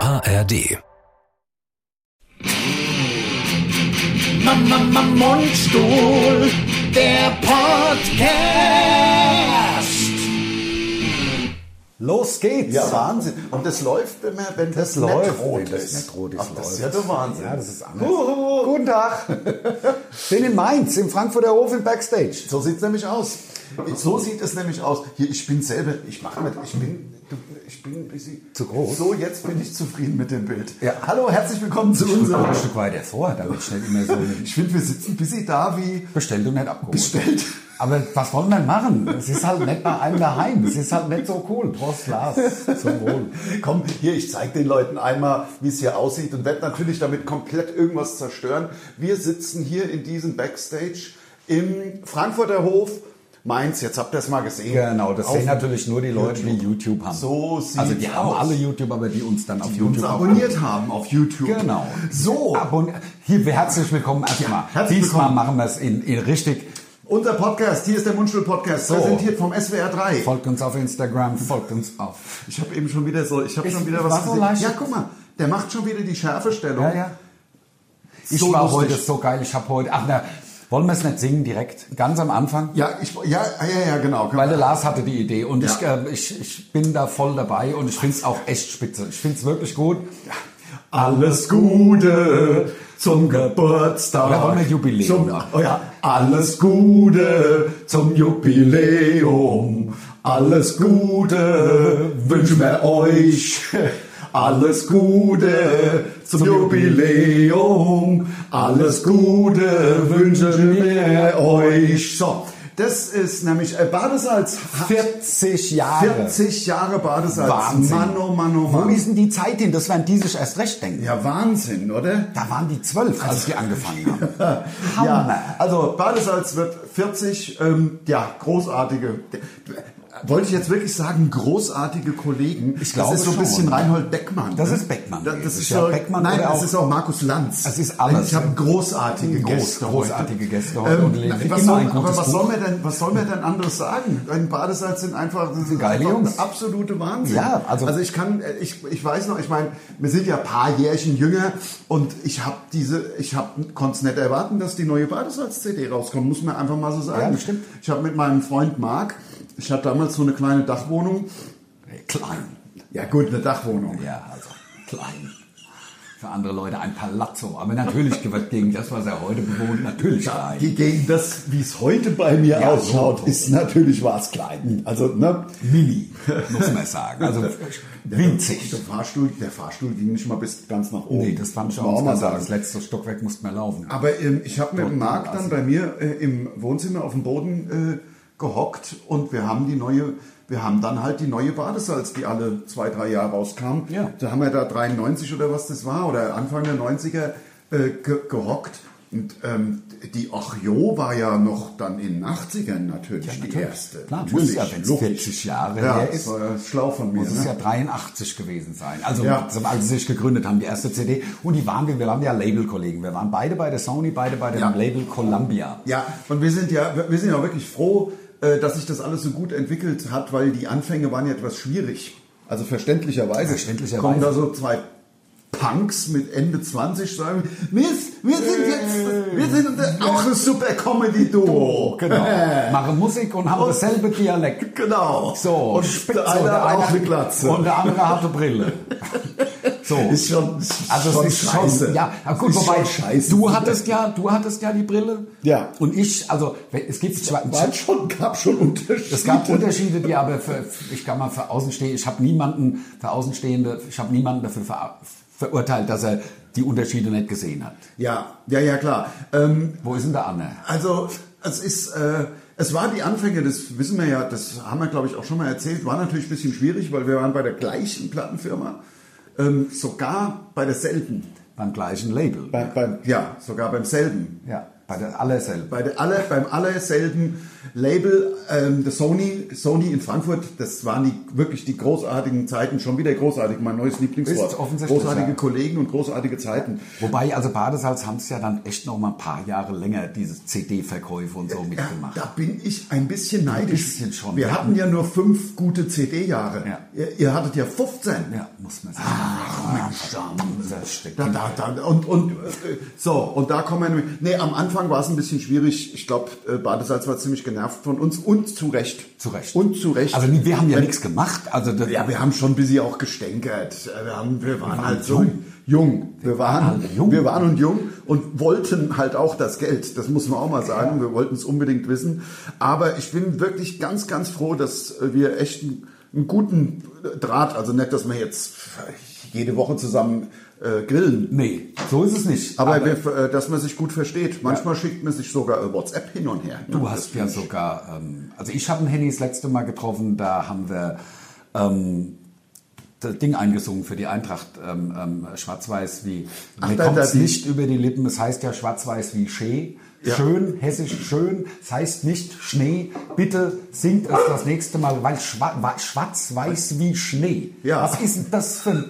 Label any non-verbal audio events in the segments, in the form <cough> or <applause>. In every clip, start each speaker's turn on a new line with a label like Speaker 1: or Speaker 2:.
Speaker 1: ARD.
Speaker 2: Mama, Mama, Mundstuhl, der Podcast.
Speaker 3: Los geht's!
Speaker 4: Ja, Wahnsinn. Und das läuft, wenn, man, wenn das,
Speaker 3: Das läuft,
Speaker 4: nicht rot
Speaker 3: wenn das
Speaker 4: ist.
Speaker 3: nicht rot ist,
Speaker 4: Ach, das ist ja
Speaker 3: läuft.
Speaker 4: der Wahnsinn.
Speaker 3: Ja, das ist anders. Guten Tag!
Speaker 4: <laughs>
Speaker 3: Bin in Mainz, im Frankfurter Hof im Backstage.
Speaker 4: So sieht es nämlich aus. So sieht es nämlich aus. Hier, ich bin selber, ich mache mit, ich bin, du, ich bin ein bisschen
Speaker 3: Zu groß.
Speaker 4: So, jetzt bin ich zufrieden mit dem Bild.
Speaker 3: Ja.
Speaker 4: Hallo, herzlich willkommen zu unserem.
Speaker 3: Stück weiter vor, damit ich nicht immer so
Speaker 4: Ich finde, wir sitzen ein bisschen da wie
Speaker 3: bestellt und nicht abgeholt.
Speaker 4: bestellt.
Speaker 3: Aber was wollen wir machen? Es ist halt nicht bei einem daheim. Es ist halt nicht so cool. Prost, Lars. Zum Wohl.
Speaker 4: Komm, hier, ich zeige den Leuten einmal, wie es hier aussieht und werde natürlich damit komplett irgendwas zerstören. Wir sitzen hier in diesem Backstage im Frankfurter Hof Mainz. Jetzt habt ihr es mal gesehen.
Speaker 3: Genau, das
Speaker 4: Auf
Speaker 3: sehen natürlich nur die Leute,
Speaker 4: YouTube.
Speaker 3: die YouTube haben.
Speaker 4: So sieht's
Speaker 3: Also die haben
Speaker 4: aus.
Speaker 3: alle YouTube, aber die uns dann auf
Speaker 4: die
Speaker 3: YouTube
Speaker 4: uns
Speaker 3: auch
Speaker 4: abonniert haben auf YouTube.
Speaker 3: Genau.
Speaker 4: So,
Speaker 3: Abon Hier, herzlich willkommen erstmal.
Speaker 4: Ja, herzlich
Speaker 3: Diesmal
Speaker 4: willkommen.
Speaker 3: machen wir es in, in richtig.
Speaker 4: unser Podcast, hier ist der Mundstuhl-Podcast,
Speaker 3: So.
Speaker 4: präsentiert vom SWR 3.
Speaker 3: Folgt uns auf Instagram, folgt uns auf.
Speaker 4: Ich habe eben schon wieder so, ich habe
Speaker 3: Ist-
Speaker 4: schon wieder
Speaker 3: war
Speaker 4: was
Speaker 3: so
Speaker 4: gesehen.
Speaker 3: leicht.
Speaker 4: ja, guck mal, der macht schon wieder die Schärfestellung.
Speaker 3: Ja, ja. Ich
Speaker 4: So
Speaker 3: war
Speaker 4: lustig.
Speaker 3: heute so geil. Ich habe heute. Ach, na, wollen wir es nicht singen direkt? Ganz am Anfang?
Speaker 4: Ja, ich, ja, ja, ja, genau.
Speaker 3: Weil der Lars hatte die Idee und
Speaker 4: Ja.
Speaker 3: ich, äh, ich, ich bin da voll dabei und ich finde es auch echt spitze. Ich finde es wirklich gut.
Speaker 4: Alles Gute zum Geburtstag.
Speaker 3: Oder wollen wir Jubiläum
Speaker 4: Zum,
Speaker 3: machen?
Speaker 4: oh ja, alles Gute zum Jubiläum. Alles Gute wünschen wir euch. Alles Gute zum, Jubiläum. Alles Gute wünschen wir euch. So, das ist nämlich äh, Badesalz.
Speaker 3: 40 Jahre.
Speaker 4: 40 Jahre Badesalz.
Speaker 3: Wahnsinn.
Speaker 4: Mann, oh Mann, oh
Speaker 3: Wo
Speaker 4: Mann.
Speaker 3: ist denn die Zeit hin? Das werden die sich erst recht denken.
Speaker 4: Ja, Wahnsinn, oder?
Speaker 3: Da waren die zwölf, als
Speaker 4: <laughs>
Speaker 3: wir angefangen haben.
Speaker 4: Ja, also Badesalz wird 40. Ähm, ja, großartige. Wollte ich jetzt wirklich sagen, großartige Kollegen.
Speaker 3: Ich glaube
Speaker 4: das ist so ein
Speaker 3: schon.
Speaker 4: bisschen Reinhold Beckmann.
Speaker 3: Das
Speaker 4: ne?
Speaker 3: ist Beckmann.
Speaker 4: Das, das
Speaker 3: Das
Speaker 4: ist
Speaker 3: ist
Speaker 4: so,
Speaker 3: ja Beckmann
Speaker 4: Nein,
Speaker 3: oder
Speaker 4: das
Speaker 3: auch-
Speaker 4: ist auch Markus Lanz.
Speaker 3: Es ist alles.
Speaker 4: Ich habe großartige
Speaker 3: Groß-
Speaker 4: Gäste.
Speaker 3: großartige
Speaker 4: heute.
Speaker 3: Gäste heute und lesen
Speaker 4: nein, was
Speaker 3: immer
Speaker 4: soll,
Speaker 3: ein gutes
Speaker 4: aber was
Speaker 3: Buch.
Speaker 4: soll, man denn, was soll man denn anderes sagen? Ein Badesalz sind einfach das sind
Speaker 3: geile
Speaker 4: einfach
Speaker 3: Jungs.
Speaker 4: Absolute Wahnsinn.
Speaker 3: Ja, also-
Speaker 4: also ich kann, ich, ich weiß noch, ich meine, wir sind ja ein paar Jährchen jünger und ich habe diese, ich hab, konnte es nicht erwarten, dass die neue Badesalz-CD rauskommt, muss man einfach mal so sagen.
Speaker 3: Ja, das stimmt.
Speaker 4: Ich habe mit meinem Freund Marc, ich hatte damals so eine kleine Dachwohnung.
Speaker 3: Klein.
Speaker 4: Ja gut, eine Dachwohnung.
Speaker 3: Ja, also klein. Für andere Leute ein Palazzo. Aber natürlich wird gegen das, was er heute bewohnt, natürlich klein.
Speaker 4: Die- Gegen das, wie es heute bei mir
Speaker 3: Ja,
Speaker 4: ausschaut,
Speaker 3: so.
Speaker 4: ist natürlich was klein. Also, ne? <laughs>
Speaker 3: Mini, muss man sagen. Also
Speaker 4: Der
Speaker 3: winzig.
Speaker 4: Fahrstuhl, der Fahrstuhl ging nicht mal bis ganz nach oben.
Speaker 3: Nee, das fand ich
Speaker 4: Muss man
Speaker 3: auch mal sagen.
Speaker 4: sagen.
Speaker 3: Das letzte Stockwerk musste man laufen.
Speaker 4: Aber ähm, ich habe mit
Speaker 3: Dort
Speaker 4: dem Marc
Speaker 3: war's.
Speaker 4: dann bei mir äh, im Wohnzimmer auf dem Boden äh, gehockt und wir haben die neue, wir haben dann halt die neue Badesalz, die alle zwei, drei Jahre rauskam.
Speaker 3: Ja.
Speaker 4: Da haben wir da 93 oder was das war oder Anfang der 90er äh, ge gehockt. Und ähm, die Achjo war ja noch dann in den 80ern natürlich, die
Speaker 3: natürlich.
Speaker 4: erste.
Speaker 3: Klar, muss
Speaker 4: natürlich,
Speaker 3: ja, wenn's
Speaker 4: logisch.
Speaker 3: 40 Jahre
Speaker 4: ja,
Speaker 3: her
Speaker 4: das
Speaker 3: ist.
Speaker 4: war ja schlau von mir.
Speaker 3: Muss es
Speaker 4: ne?
Speaker 3: ja 83 gewesen sein. Also
Speaker 4: Ja.
Speaker 3: als sie sich gegründet haben, die erste CD. Und die waren, wir wir waren ja Label-Kollegen. Wir waren beide bei der Sony, beide bei dem
Speaker 4: Ja.
Speaker 3: Label Columbia.
Speaker 4: Ja, und wir sind ja, wir sind ja auch wirklich froh, äh, dass sich das alles so gut entwickelt hat, weil die Anfänge waren ja etwas schwierig. Also verständlicherweise.
Speaker 3: Verständlicherweise.
Speaker 4: Kommen da so zwei Punks mit Ende 20 sagen, wir, wir
Speaker 3: Äh.
Speaker 4: sind jetzt, wir sind auch ein super Comedy-Duo.
Speaker 3: Genau. Machen Musik und haben
Speaker 4: Und-
Speaker 3: dasselbe
Speaker 4: <laughs>
Speaker 3: Dialekt.
Speaker 4: Genau.
Speaker 3: So,
Speaker 4: und
Speaker 3: spitze.
Speaker 4: der eine
Speaker 3: Und
Speaker 4: hat auch
Speaker 3: hat-
Speaker 4: eine Glatze.
Speaker 3: Und der andere hatte
Speaker 4: <laughs>
Speaker 3: Brille. So.
Speaker 4: ist schon, ist
Speaker 3: Also
Speaker 4: schon
Speaker 3: es ist
Speaker 4: scheiße.
Speaker 3: schon, ja, na gut,
Speaker 4: Ist
Speaker 3: wobei,
Speaker 4: schon scheiße.
Speaker 3: du hattest ja, du hattest ja die Brille.
Speaker 4: Ja.
Speaker 3: Und ich, also, es gibt zwei,
Speaker 4: War schon, gab schon Unterschiede.
Speaker 3: es gab Unterschiede, die aber für, ich kann mal für Außenstehende, ich habe niemanden, für Außenstehende, ich habe niemanden dafür ver, verurteilt, dass er die Unterschiede nicht gesehen hat.
Speaker 4: Ja, ja, ja, klar. Ähm,
Speaker 3: Wo ist denn der Anne?
Speaker 4: Also es ist, äh, es waren die Anfänge, das wissen wir ja, das haben wir glaube ich auch schon mal erzählt, war natürlich ein bisschen schwierig, weil wir waren bei der gleichen Plattenfirma, ähm, sogar bei derselben,
Speaker 3: Beim gleichen Label.
Speaker 4: beim, beim, ja, sogar beim selben,
Speaker 3: ja, bei der allerselben.
Speaker 4: bei der aller, beim allerselben Label, ähm, das Sony, Sony in Frankfurt, das waren die, wirklich die großartigen Zeiten, schon wieder großartig, mein neues Lieblingswort.
Speaker 3: Ist offensichtlich,
Speaker 4: großartige
Speaker 3: ja.
Speaker 4: Kollegen und großartige Zeiten.
Speaker 3: Wobei, also Badesalz haben es ja dann echt noch mal ein paar Jahre länger, diese CD-Verkäufe und so
Speaker 4: Ja,
Speaker 3: mitgemacht.
Speaker 4: da bin ich ein bisschen neidisch.
Speaker 3: bisschen schon.
Speaker 4: Wir hatten ja nur fünf gute CD-Jahre.
Speaker 3: Ja.
Speaker 4: Ihr, ihr hattet ja 15.
Speaker 3: Ja, muss man sagen. also, Ach, Mensch,
Speaker 4: Da, da, da, und, und, äh, so, und da kommen wir. Nee, am Anfang war es ein bisschen schwierig. Ich glaube, Badesalz war ziemlich genervt von uns und zu Recht.
Speaker 3: Zu Recht.
Speaker 4: Und zu Recht.
Speaker 3: Also wir haben ja
Speaker 4: Wenn-
Speaker 3: nichts gemacht. Also das,
Speaker 4: Ja, wir haben schon ein bisschen auch gestänkert. Äh, Wir, haben, wir waren
Speaker 3: waren
Speaker 4: halt so
Speaker 3: jung.
Speaker 4: jung. Wir, waren,
Speaker 3: waren jung.
Speaker 4: Wir waren und jung und wollten halt auch das Geld. Das muss man auch mal sagen. Wir wollten es unbedingt wissen. Aber ich bin wirklich ganz, ganz froh, dass wir echt einen, einen guten Draht, also nicht, dass wir jetzt jede Woche zusammen äh, grillen.
Speaker 3: nee, so ist es nicht.
Speaker 4: Aber, wir, äh, dass man sich gut versteht. Manchmal schickt man sich sogar äh, WhatsApp hin und her.
Speaker 3: Du hast ja sogar, ähm, also ich habe einen Henny das letzte Mal getroffen, da haben wir ähm, das Ding eingesungen für die Eintracht, ähm, ähm, schwarz-weiß wie,
Speaker 4: Ach,
Speaker 3: mir
Speaker 4: da-
Speaker 3: kommt es
Speaker 4: da- die-
Speaker 3: nicht über die Lippen, es heißt ja schwarz-weiß wie Schee,
Speaker 4: Ja.
Speaker 3: schön, hessisch schön, es heißt nicht Schnee, bitte singt es das nächste Mal, weil schwa- wa- schwarz-weiß wie Schnee,
Speaker 4: Ja.
Speaker 3: was ist denn das für ein...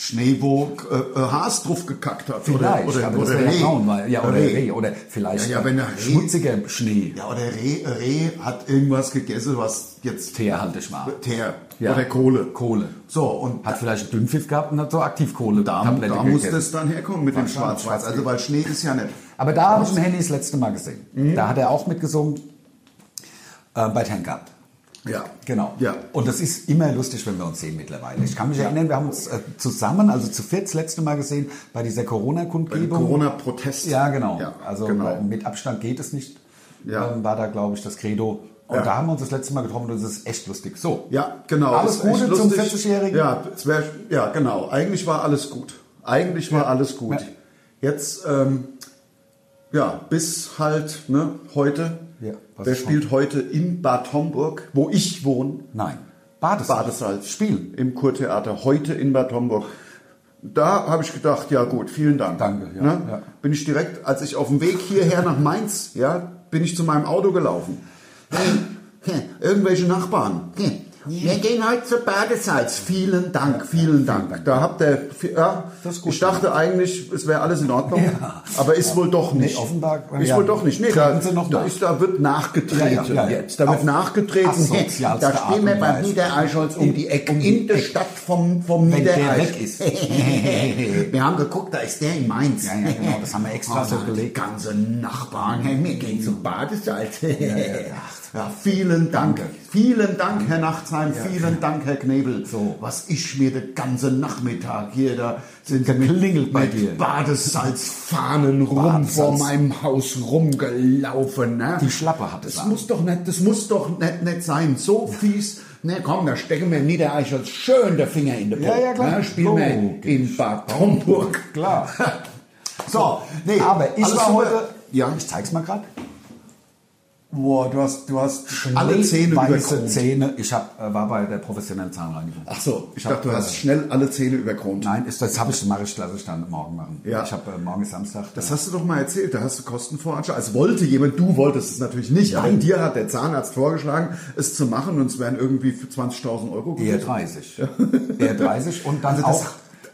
Speaker 4: Schnee, wo äh, äh, Haas drauf gekackt hat.
Speaker 3: Vielleicht,
Speaker 4: oder, oder,
Speaker 3: aber das
Speaker 4: oder
Speaker 3: wäre ja
Speaker 4: Reh.
Speaker 3: Braunwein. Ja, oder
Speaker 4: Reh.
Speaker 3: Reh. Oder vielleicht
Speaker 4: Ja, ja, wenn der Reh-
Speaker 3: schmutziger Schnee,
Speaker 4: Ja, oder Reh, Reh hat irgendwas gegessen, was jetzt
Speaker 3: teerhaltig war.
Speaker 4: Teer
Speaker 3: Ja.
Speaker 4: oder Kohle.
Speaker 3: Kohle.
Speaker 4: So, und
Speaker 3: Hat vielleicht einen Dünnpfiff gehabt und hat so Aktivkohle
Speaker 4: da,
Speaker 3: Tablette
Speaker 4: da muss
Speaker 3: gegessen.
Speaker 4: das dann herkommen mit dem
Speaker 3: Wahrscheinlich,
Speaker 4: Schwarz-Weiß.
Speaker 3: Schwarz-
Speaker 4: Also, weil Schnee ist ja nicht.
Speaker 3: Aber da habe ich den Henny das letzte Mal gesehen.
Speaker 4: Mhm.
Speaker 3: Da hat er auch mitgesungen äh, bei Tank Up.
Speaker 4: Ja.
Speaker 3: Genau.
Speaker 4: Ja.
Speaker 3: Und das ist immer lustig, wenn wir uns sehen mittlerweile. Ich kann mich erinnern, wir haben uns äh, zusammen, also zu viert, das letzte Mal gesehen bei dieser Corona-Kundgebung.
Speaker 4: Corona-Protest.
Speaker 3: Ja, genau.
Speaker 4: Ja,
Speaker 3: also
Speaker 4: genau.
Speaker 3: mit Abstand geht es nicht.
Speaker 4: Ja.
Speaker 3: Ähm, war da, glaube ich, das Credo. Und
Speaker 4: Ja.
Speaker 3: da haben wir uns das letzte Mal getroffen und es ist echt lustig. So.
Speaker 4: Ja, genau.
Speaker 3: Alles
Speaker 4: Ist echt
Speaker 3: Gute zum
Speaker 4: lustig.
Speaker 3: 40-Jährigen.
Speaker 4: Ja, es wär, ja, genau. Eigentlich war alles gut. Eigentlich war alles gut.
Speaker 3: Ja.
Speaker 4: Jetzt, ähm, ja, bis halt ne, heute.
Speaker 3: Ja, was
Speaker 4: Wer
Speaker 3: ist
Speaker 4: spielt heute in Bad Homburg, wo ich wohne?
Speaker 3: Nein. Badesalz.
Speaker 4: Badesalz.
Speaker 3: Spielen.
Speaker 4: Im Kurtheater, heute in Bad Homburg. Da habe ich gedacht, ja gut, vielen Dank.
Speaker 3: Danke, ja,
Speaker 4: Ne?
Speaker 3: ja.
Speaker 4: Bin ich direkt, als ich auf dem Weg hierher nach Mainz, ja, bin ich zu meinem Auto gelaufen. Hey, hey, irgendwelche Nachbarn. Hey, wir gehen heute zur Badesalz. Vielen Dank, vielen Dank. Da habt ihr, ja,
Speaker 3: Das ist gut.
Speaker 4: ich dachte eigentlich, es wäre alles in Ordnung, aber ist wohl doch nicht.
Speaker 3: Nee, offenbar-
Speaker 4: Ist
Speaker 3: ja.
Speaker 4: wohl doch nicht. Nee, da,
Speaker 3: Treten Sie noch
Speaker 4: da,
Speaker 3: nach.
Speaker 4: ist, da wird nachgetreten
Speaker 3: Ja, ja, ja, ja.
Speaker 4: jetzt. Da wird
Speaker 3: Auf
Speaker 4: nachgetreten.
Speaker 3: asozialste
Speaker 4: Da stehen wir
Speaker 3: Art und
Speaker 4: bei
Speaker 3: Weise.
Speaker 4: Niedereischolz um die Ecke,
Speaker 3: Um die
Speaker 4: in der
Speaker 3: Ecke.
Speaker 4: Stadt vom, vom
Speaker 3: Wenn der
Speaker 4: Niedereisch.
Speaker 3: weg ist.
Speaker 4: <laughs> wir haben geguckt, da ist der in Mainz. Oh,
Speaker 3: Ja, ja, genau, das haben wir extra so gelegt.
Speaker 4: Die ganze Nachbarn, hey, wir gehen zum Badesalz. ja, <laughs> vielen Dank. Vielen Dank, Herr Nachtsheim. Vielen Dank, Herr Knebel.
Speaker 3: So.
Speaker 4: Was ich mir den ganzen Nachmittag hier, da sind sie
Speaker 3: Geklingelt
Speaker 4: mit,
Speaker 3: bei dir.
Speaker 4: mit Badesalzfahnen rum
Speaker 3: Badesalz.
Speaker 4: vor meinem Haus rumgelaufen. Ne?
Speaker 3: Die Schlappe hat es
Speaker 4: Das
Speaker 3: an.
Speaker 4: muss doch nicht, das muss doch nicht, nicht sein. So fies. Na komm, da stecken wir Niederreich als schön der Finger in den Po.
Speaker 3: Ja, ja, klar.
Speaker 4: Na, spielen wir
Speaker 3: Logisch.
Speaker 4: in Bad Homburg.
Speaker 3: Klar.
Speaker 4: So, nee,
Speaker 3: Aber ich
Speaker 4: alles
Speaker 3: war
Speaker 4: super.
Speaker 3: heute.
Speaker 4: Ja.
Speaker 3: Ich zeig's mal gerade.
Speaker 4: Boah, du hast, du hast alle Zähne
Speaker 3: weiße
Speaker 4: überkront.
Speaker 3: Zähne. Ich hab, äh, war bei der professionellen Zahnreinigung.
Speaker 4: Ach so, ich
Speaker 3: hab,
Speaker 4: dachte, du
Speaker 3: äh,
Speaker 4: hast schnell alle Zähne überkront.
Speaker 3: Nein, ist, das habe ich, mache ich, lasse ich dann morgen machen.
Speaker 4: Ja.
Speaker 3: Ich habe äh, morgen ist Samstag.
Speaker 4: Das hast du doch mal erzählt, da hast du Kostenvoranschlag. Also wollte jemand, du wolltest es natürlich nicht, aber dir hat der Zahnarzt vorgeschlagen, es zu machen und es wären irgendwie für 20.000 Euro
Speaker 3: eher
Speaker 4: gewesen.
Speaker 3: 30. <laughs> eher 30 und dann
Speaker 4: Also das-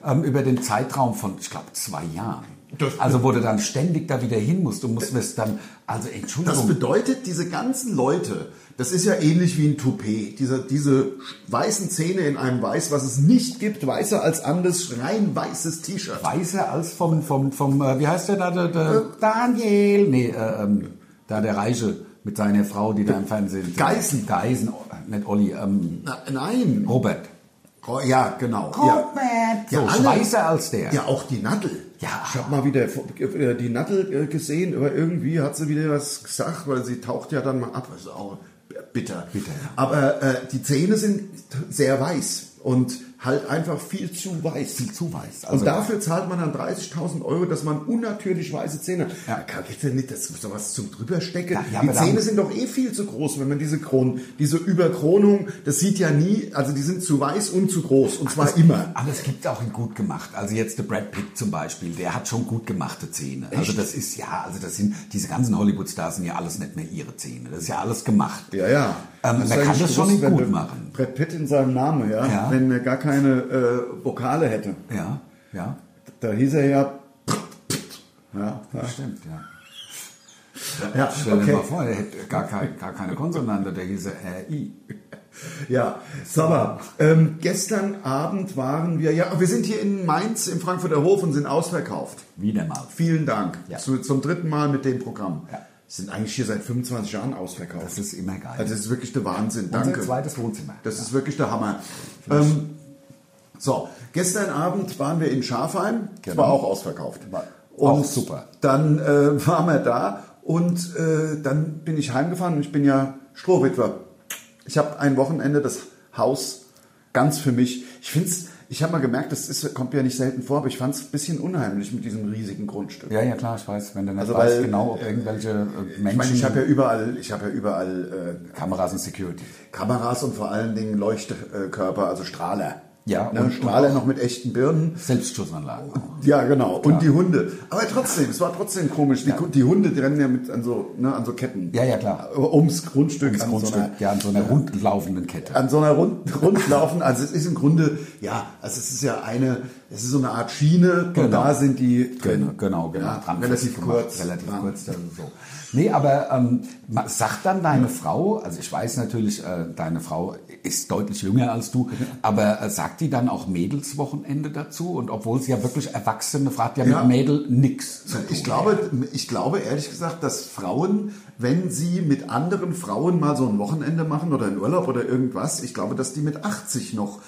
Speaker 3: auch ähm, über den Zeitraum von, ich glaube, zwei Jahren.
Speaker 4: Das-
Speaker 3: also wo du dann ständig da wieder hin musst. Du musst es dann, also Entschuldigung.
Speaker 4: Das bedeutet, diese ganzen Leute, das ist ja ähnlich wie ein Toupet. Diese, diese weißen Zähne in einem Weiß, was es nicht gibt, weißer als anderes, rein weißes T-Shirt.
Speaker 3: weißer als vom, vom, vom äh, wie heißt der da, der, der
Speaker 4: Äh.
Speaker 3: Daniel, nee, äh, ähm, da der Reiche mit seiner Frau, die da im Fernsehen
Speaker 4: Geisen.
Speaker 3: Geisen, oh, nicht Olli, ähm,
Speaker 4: Na- Nein.
Speaker 3: Robert.
Speaker 4: Oh, Ja, genau.
Speaker 3: So,
Speaker 4: Ja, alle-
Speaker 3: weißer als der.
Speaker 4: Ja. ja, auch die Nattel.
Speaker 3: Ja.
Speaker 4: Ich habe mal wieder äh, die Nattel äh, gesehen, aber irgendwie hat sie wieder was gesagt, weil sie taucht ja dann mal ab. Das ist auch bitter.
Speaker 3: Bitter, ja.
Speaker 4: Aber äh, die Zähne sind sehr weiß und halt einfach viel zu weiß.
Speaker 3: Viel zu weiß. Also
Speaker 4: und dafür zahlt man dann 30.000 Euro, dass man unnatürlich weiße Zähne hat.
Speaker 3: Ja.
Speaker 4: Kann ich denn nicht, das ist doch was zum drüberstecken.
Speaker 3: Ja, ja,
Speaker 4: die
Speaker 3: aber dann-
Speaker 4: Zähne sind doch eh viel zu groß, wenn man diese Kronen, diese Überkronung, das sieht ja nie, also die sind zu weiß und zu groß. Und zwar immer.
Speaker 3: Aber es gibt auch in gut gemacht. Also jetzt der Brad Pitt zum Beispiel, der hat schon gut gemachte Zähne. Also das ist ja, also das sind diese ganzen Hollywood-Stars sind ja alles nicht mehr ihre Zähne. Das ist ja alles gemacht.
Speaker 4: Ja, ja.
Speaker 3: Ähm,
Speaker 4: ist
Speaker 3: man
Speaker 4: eigentlich
Speaker 3: kann das schon
Speaker 4: gewusst,
Speaker 3: in
Speaker 4: wenn
Speaker 3: gut
Speaker 4: der
Speaker 3: machen.
Speaker 4: Brad Pitt in seinem Namen, ja.
Speaker 3: Ja.
Speaker 4: Wenn er gar keine äh, Vokale hätte.
Speaker 3: Ja, ja,
Speaker 4: Da hieß er ja. <laughs> Ja, ja.
Speaker 3: das stimmt. Ja.
Speaker 4: ja
Speaker 3: Stell dir
Speaker 4: okay.
Speaker 3: mal vor, der hätte gar, kein, gar keine Konsonante, der hieße äh, I.
Speaker 4: Ja, Saba, ähm, gestern Abend waren wir, ja, wir sind hier in Mainz im Frankfurter Hof und sind ausverkauft.
Speaker 3: Wieder mal.
Speaker 4: Vielen Dank.
Speaker 3: Ja.
Speaker 4: Zu, zum dritten Mal mit dem Programm.
Speaker 3: Ja.
Speaker 4: Sind eigentlich hier seit 25 Jahren ausverkauft.
Speaker 3: Das ist immer geil.
Speaker 4: also das ist wirklich der Wahnsinn. Danke.
Speaker 3: Unser zweites Wohnzimmer.
Speaker 4: Das ist wirklich der Hammer. Ähm, so, gestern Abend waren wir in Schafheim. Das
Speaker 3: Genau.
Speaker 4: war auch ausverkauft.
Speaker 3: War
Speaker 4: und
Speaker 3: auch super.
Speaker 4: Dann äh, waren wir da und äh, dann bin ich heimgefahren und ich bin ja Strohwitwer. Ich habe ein Wochenende das Haus ganz für mich. Ich finde es, ich habe mal gemerkt, das ist, kommt ja nicht selten vor, aber ich fand es ein bisschen unheimlich mit diesem riesigen Grundstück.
Speaker 3: ja, ja, klar, ich weiß, wenn du nicht
Speaker 4: Also,
Speaker 3: weißt
Speaker 4: weil,
Speaker 3: genau, ob
Speaker 4: äh,
Speaker 3: irgendwelche äh,
Speaker 4: Ich meine,
Speaker 3: Menschen,
Speaker 4: ich habe ja überall, ich habe ja überall äh,
Speaker 3: Kameras und Security.
Speaker 4: Kameras und vor allen Dingen Leuchtkörper, also Strahler.
Speaker 3: Ja,
Speaker 4: ne,
Speaker 3: und-
Speaker 4: Strahler
Speaker 3: und-
Speaker 4: noch mit echten Birnen.
Speaker 3: Selbstschussanlagen. auch.
Speaker 4: Ja, genau. Und die Hunde. Aber trotzdem, es war trotzdem komisch. Die, die Hunde die rennen ja mit an so, ne, an so Ketten.
Speaker 3: Ja, ja, klar.
Speaker 4: Ums Grundstück.
Speaker 3: Das
Speaker 4: an
Speaker 3: Grundstück,
Speaker 4: So einer,
Speaker 3: ja, an so einer rundlaufenden Kette.
Speaker 4: an so einer Rund, <laughs> Rundlaufen. Also es ist im Grunde, ja, also es ist ja eine, es ist so eine Art Schiene. Und
Speaker 3: Genau.
Speaker 4: da sind die
Speaker 3: Genau, genau, genau.
Speaker 4: Ja,
Speaker 3: Dran
Speaker 4: relativ
Speaker 3: festgemacht,
Speaker 4: kurz.
Speaker 3: Relativ
Speaker 4: Dran.
Speaker 3: kurz, also so. Nee, aber ähm, ma- sagt dann deine Frau, also ich weiß natürlich, äh, deine Frau ist deutlich jünger als du, aber äh, sagt die dann auch Mädelswochenende dazu? Und obwohl sie ja wirklich Erwachsene fragt, ja,
Speaker 4: Ja.
Speaker 3: mit Mädel nix zu tun.
Speaker 4: Ich glaube, ich glaube ehrlich gesagt, dass Frauen, wenn sie mit anderen Frauen mal so ein Wochenende machen oder einen Urlaub oder irgendwas, ich glaube, dass die mit 80 noch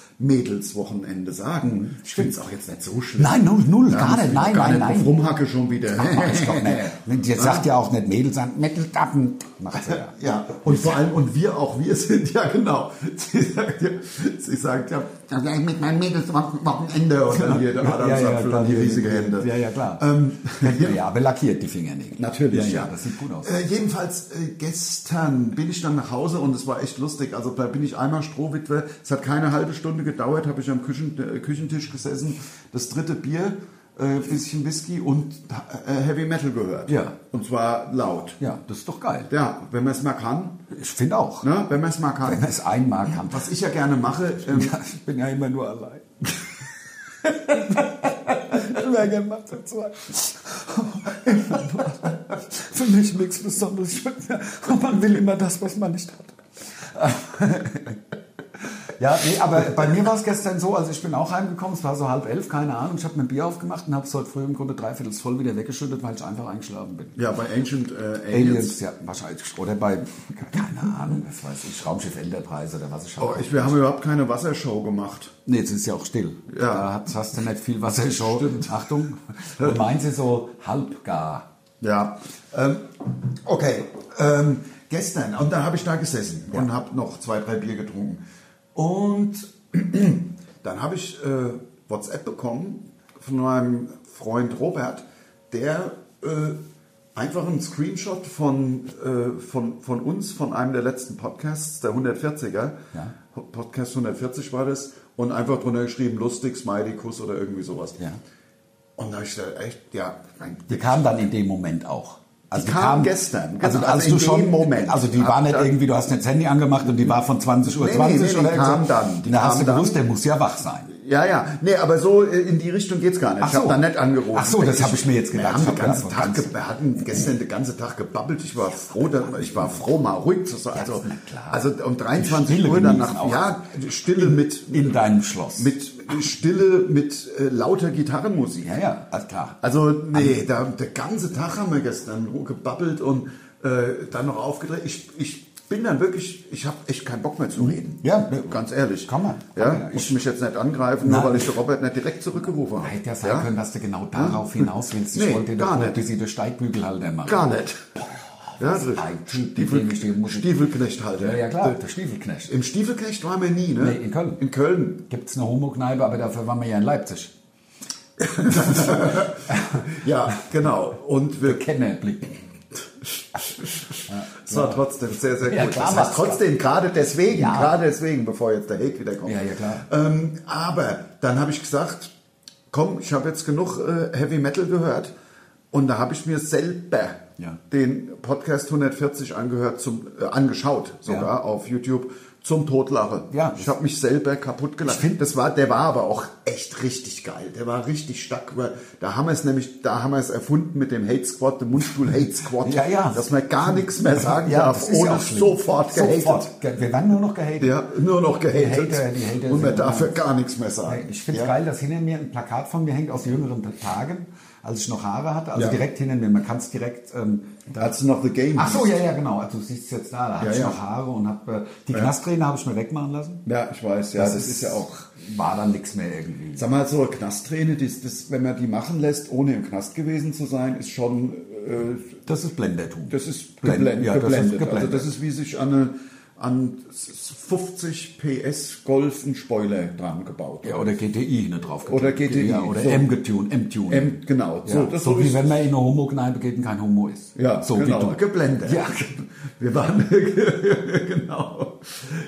Speaker 4: Mädelswochenende sagen. Ich finde es auch jetzt nicht so schlimm.
Speaker 3: Mhm. Nein, null, null,
Speaker 4: Ja,
Speaker 3: gar
Speaker 4: muss
Speaker 3: nicht,
Speaker 4: ich
Speaker 3: nein,
Speaker 4: gar
Speaker 3: nein,
Speaker 4: nicht
Speaker 3: nein.
Speaker 4: drauf Rumhacke schon wieder.
Speaker 3: Mach ich doch nicht. Jetzt sagt ja auch nicht Mädel, sagt Mädel, Dappen. Macht sie ja.
Speaker 4: Ja, und vor allem, und wir auch, wir <laughs> sind, ja genau. Sie sagt ja, sie sagt ja, da wär ich mit meinen Mädels am Wochenende und dann hier der Adamsapfel und die
Speaker 3: dann-
Speaker 4: riesige Hände.
Speaker 3: Ja, ja, klar.
Speaker 4: Ähm,
Speaker 3: ja. aber lackiert die Fingernägel.
Speaker 4: Natürlich,
Speaker 3: Ja, ja, das sieht gut aus.
Speaker 4: Äh, jedenfalls, äh, gestern bin ich dann nach Hause und es war echt lustig. Also da bin ich einmal Strohwitwe. Es hat keine halbe Stunde gedauert, habe ich am Küchen, äh, Küchentisch gesessen, das dritte Bier, äh, bisschen Whisky und äh, Heavy Metal gehört.
Speaker 3: Ja.
Speaker 4: Und zwar laut.
Speaker 3: Ja, das ist doch geil.
Speaker 4: Ja, wenn man es mal kann.
Speaker 3: Ich finde auch.
Speaker 4: Ne? Wenn man es mal
Speaker 3: Wenn
Speaker 4: kann.
Speaker 3: man es einmal kann.
Speaker 4: Was ich ja gerne mache, ähm,
Speaker 3: Ja, ich bin ja immer nur allein. <laughs> ich wäre gerne mal zu zweit. Immer nur allein. Für mich nichts Besonderes. Ich bin- Und man will immer das, was man nicht hat. Ja, nee, aber bei mir war es gestern so, also ich bin auch heimgekommen, es war so halb elf, keine Ahnung, ich habe mir ein Bier aufgemacht und habe es heute früh im Grunde dreiviertel voll wieder weggeschüttet, weil ich einfach eingeschlafen bin.
Speaker 4: ja, bei Ancient äh, Aliens.
Speaker 3: Aliens, ja, wahrscheinlich. Oder bei, keine Ahnung, was weiß ich, Raumschiff Enterprise oder was ich
Speaker 4: Oh,
Speaker 3: habe.
Speaker 4: ich, wir haben überhaupt keine Wassershow gemacht.
Speaker 3: Nee, jetzt ist ja auch still.
Speaker 4: Ja.
Speaker 3: Da hast, hast du nicht viel Wassershow. Achtung. Und meinen sie so halbgar.
Speaker 4: Ja, ähm, okay. Ähm, gestern, und dann habe ich da gesessen und habe noch zwei, drei Bier getrunken. Und <clears throat> dann habe ich äh, WhatsApp bekommen von meinem Freund Robert, der äh, einfach einen Screenshot von, äh, von, von uns, von einem der letzten Podcasts, der 140er,
Speaker 3: Ja.
Speaker 4: Podcast 140 war das, und einfach drunter geschrieben, lustig, Smiley, Kuss oder irgendwie sowas.
Speaker 3: Ja.
Speaker 4: Und da habe ich gedacht, echt, ja, mein
Speaker 3: Die kam dann in dem Moment auch.
Speaker 4: Die kam gestern,
Speaker 3: Also,
Speaker 4: genau,
Speaker 3: als
Speaker 4: also
Speaker 3: du
Speaker 4: in
Speaker 3: schon,
Speaker 4: dem Moment.
Speaker 3: Also die war
Speaker 4: Ab
Speaker 3: nicht
Speaker 4: dann-
Speaker 3: irgendwie, du hast nicht das Handy angemacht und die war von 20 Uhr
Speaker 4: Nee, nee,
Speaker 3: 20
Speaker 4: nee, die
Speaker 3: oder
Speaker 4: kam
Speaker 3: so.
Speaker 4: dann, die
Speaker 3: da hast
Speaker 4: kam
Speaker 3: du gewusst,
Speaker 4: dann.
Speaker 3: der muss ja wach sein.
Speaker 4: Ja, ja. Nee, aber so äh, in die Richtung geht's gar nicht.
Speaker 3: Ach
Speaker 4: Ich habe
Speaker 3: so.
Speaker 4: da nicht angerufen.
Speaker 3: Ach so, das hab ich mir jetzt
Speaker 4: Wir,
Speaker 3: gedacht.
Speaker 4: haben
Speaker 3: Ich hab
Speaker 4: den ganzen
Speaker 3: gedacht,
Speaker 4: Tag
Speaker 3: ganz-
Speaker 4: ge- wir hatten gestern den ganzen Tag gebabbelt. Ich war froh, dass, ich war froh, mal ruhig zu sein. Also,
Speaker 3: na klar.
Speaker 4: also um 23
Speaker 3: Stille
Speaker 4: Uhr dann
Speaker 3: genießen
Speaker 4: nach,
Speaker 3: auch.
Speaker 4: ja, Stille mit,
Speaker 3: In deinem Schloss.
Speaker 4: mit Stille mit äh, lauter Gitarrenmusik.
Speaker 3: ja, ja, also klar.
Speaker 4: Also, nee, da, der ganze Tag haben wir gestern nur gebabbelt und äh, dann noch aufgedreht. Ich, ich bin dann wirklich, ich habe echt keinen Bock mehr zu reden. Ne,
Speaker 3: Mhm. Ja,
Speaker 4: ganz ehrlich.
Speaker 3: kann man.
Speaker 4: Ja,
Speaker 3: Kann man,
Speaker 4: muss mich jetzt nicht angreifen, nur
Speaker 3: Nein.
Speaker 4: weil ich den Robert nicht direkt zurückgerufen habe.
Speaker 3: Hätte ja sein können, dass du genau darauf hinaus willst. Ich
Speaker 4: Hm? Nee,
Speaker 3: wollte dir
Speaker 4: gar
Speaker 3: doch
Speaker 4: nicht.
Speaker 3: die sie der Steigbügelhalter machen.
Speaker 4: Gar nicht. Ja,
Speaker 3: das ist
Speaker 4: richtig.
Speaker 3: ein Typ, mit dem ich die
Speaker 4: Stiefel,
Speaker 3: Musik-
Speaker 4: Stiefelknecht halt.
Speaker 3: Ja, ja, klar, der Stiefelknecht.
Speaker 4: Im Stiefelknecht waren wir nie, ne?
Speaker 3: Nee, in Köln.
Speaker 4: In Köln.
Speaker 3: Gibt es eine Homo-Kneipe, aber dafür waren wir ja in Leipzig.
Speaker 4: Ja, genau. Und wir,
Speaker 3: Kennerblick.
Speaker 4: es war trotzdem sehr, sehr gut.
Speaker 3: Ja, klar
Speaker 4: das
Speaker 3: war's.
Speaker 4: heißt, trotzdem, gerade deswegen,
Speaker 3: Ja.
Speaker 4: gerade deswegen, bevor jetzt der Hate wieder kommt.
Speaker 3: Ja, ja, klar.
Speaker 4: Ähm, aber dann habe ich gesagt, komm, ich habe jetzt genug äh, Heavy Metal gehört. Und da habe ich mir selber
Speaker 3: Ja.
Speaker 4: den Podcast 140 angehört, zum, äh, angeschaut sogar
Speaker 3: Ja.
Speaker 4: auf YouTube zum Totlachen.
Speaker 3: Ja.
Speaker 4: Ich habe mich selber kaputt gelacht.
Speaker 3: Ich find-
Speaker 4: das war, der war aber auch echt richtig geil. Der war richtig stark. weil Da haben wir es nämlich, da haben wir es erfunden mit dem Hate Squad, dem Mundstuhl Hate Squad.
Speaker 3: Ja, ja.
Speaker 4: Dass man gar nichts
Speaker 3: <laughs>
Speaker 4: mehr sagen darf,
Speaker 3: das ist
Speaker 4: ohne
Speaker 3: auch schlimm.
Speaker 4: sofort gehatet.
Speaker 3: Sofort. Ge- Wir waren nur noch gehatet.
Speaker 4: Ja, nur noch gehatet.
Speaker 3: Hater, die Hater
Speaker 4: und man
Speaker 3: sind
Speaker 4: darf ja
Speaker 3: immer-
Speaker 4: gar nichts mehr sagen.
Speaker 3: Ich finde
Speaker 4: ja.
Speaker 3: es geil, dass hinter mir ein Plakat von mir hängt aus jüngeren Tagen, als ich noch Haare hatte. Also
Speaker 4: Ja.
Speaker 3: direkt hinter mir. Man kann es direkt. Ähm,
Speaker 4: Da hast du noch The Game.
Speaker 3: Ach so, ja, ja, genau. Also, du siehst es jetzt da. Da hatte
Speaker 4: Ja,
Speaker 3: ich
Speaker 4: ja.
Speaker 3: noch Haare und habe äh, die Knasträne habe ich mir wegmachen lassen.
Speaker 4: Ja, ich weiß, ja, das, ist ja auch.
Speaker 3: War dann nichts mehr irgendwie.
Speaker 4: Sag mal, so eine Knastträne, das, das, wenn man die machen lässt, ohne im Knast gewesen zu sein, ist schon, äh,
Speaker 3: Das ist Blendertum.
Speaker 4: das ist
Speaker 3: Blend-
Speaker 4: geblendet.
Speaker 3: ja, das ist
Speaker 4: geblendet.
Speaker 3: geblendet.
Speaker 4: Also das ist wie sich an, eine, an 50 PS Golf einen Spoiler dran gebaut.
Speaker 3: ja, oder GTI hinten drauf. getuned.
Speaker 4: Oder GTI,
Speaker 3: Ja, oder
Speaker 4: so.
Speaker 3: M getune, M-Tune.
Speaker 4: Ähm, genau.
Speaker 3: ja. so
Speaker 4: so
Speaker 3: wie
Speaker 4: ist-
Speaker 3: wenn man in eine Homo-Kneipe geht und kein Homo ist.
Speaker 4: Ja,
Speaker 3: so
Speaker 4: genau.
Speaker 3: wie du.
Speaker 4: geblendet. <laughs>
Speaker 3: Ja.
Speaker 4: wir waren <laughs> genau.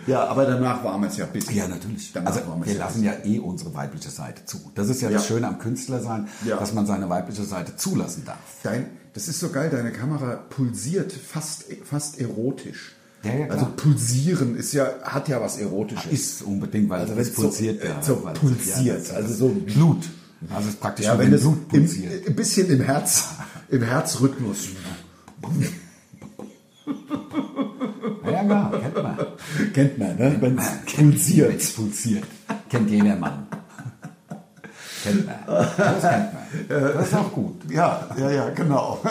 Speaker 4: Ja, aber danach waren wir es ja ein bisschen.
Speaker 3: Ja, natürlich.
Speaker 4: Danach
Speaker 3: also
Speaker 4: waren wir
Speaker 3: wir
Speaker 4: es ja.
Speaker 3: lassen ja eh unsere weibliche Seite zu. Das ist ja, das
Speaker 4: Ja.
Speaker 3: Schöne am Künstler sein,
Speaker 4: Ja.
Speaker 3: dass man seine weibliche Seite zulassen darf.
Speaker 4: Dein, das ist so geil, deine Kamera pulsiert fast, fast erotisch.
Speaker 3: Ja, ja, klar.
Speaker 4: also pulsieren ist ja, hat ja was Erotisches.
Speaker 3: Ist unbedingt, weil
Speaker 4: Also
Speaker 3: es
Speaker 4: wenn's
Speaker 3: pulsiert.
Speaker 4: so, äh,
Speaker 3: ja,
Speaker 4: so
Speaker 3: weil-
Speaker 4: pulsiert,
Speaker 3: ja, das-
Speaker 4: also so-
Speaker 3: Blut. Also es ist praktisch
Speaker 4: ja,
Speaker 3: nur
Speaker 4: wenn
Speaker 3: wenn
Speaker 4: das
Speaker 3: Blut
Speaker 4: im, äh,
Speaker 3: pulsiert.
Speaker 4: ein bisschen im
Speaker 3: <laughs>
Speaker 4: Herz, im Herzrhythmus.
Speaker 3: Ja, ja, klar, kennt man.
Speaker 4: Kennt man, ne? Wenn es
Speaker 3: Wenn
Speaker 4: pulsiert.
Speaker 3: es pulsiert. Kennt jeder Mann. kennt man. Das kennt
Speaker 4: Äh,
Speaker 3: man. Das ist auch gut.
Speaker 4: Ja, ja, ja, genau. <laughs>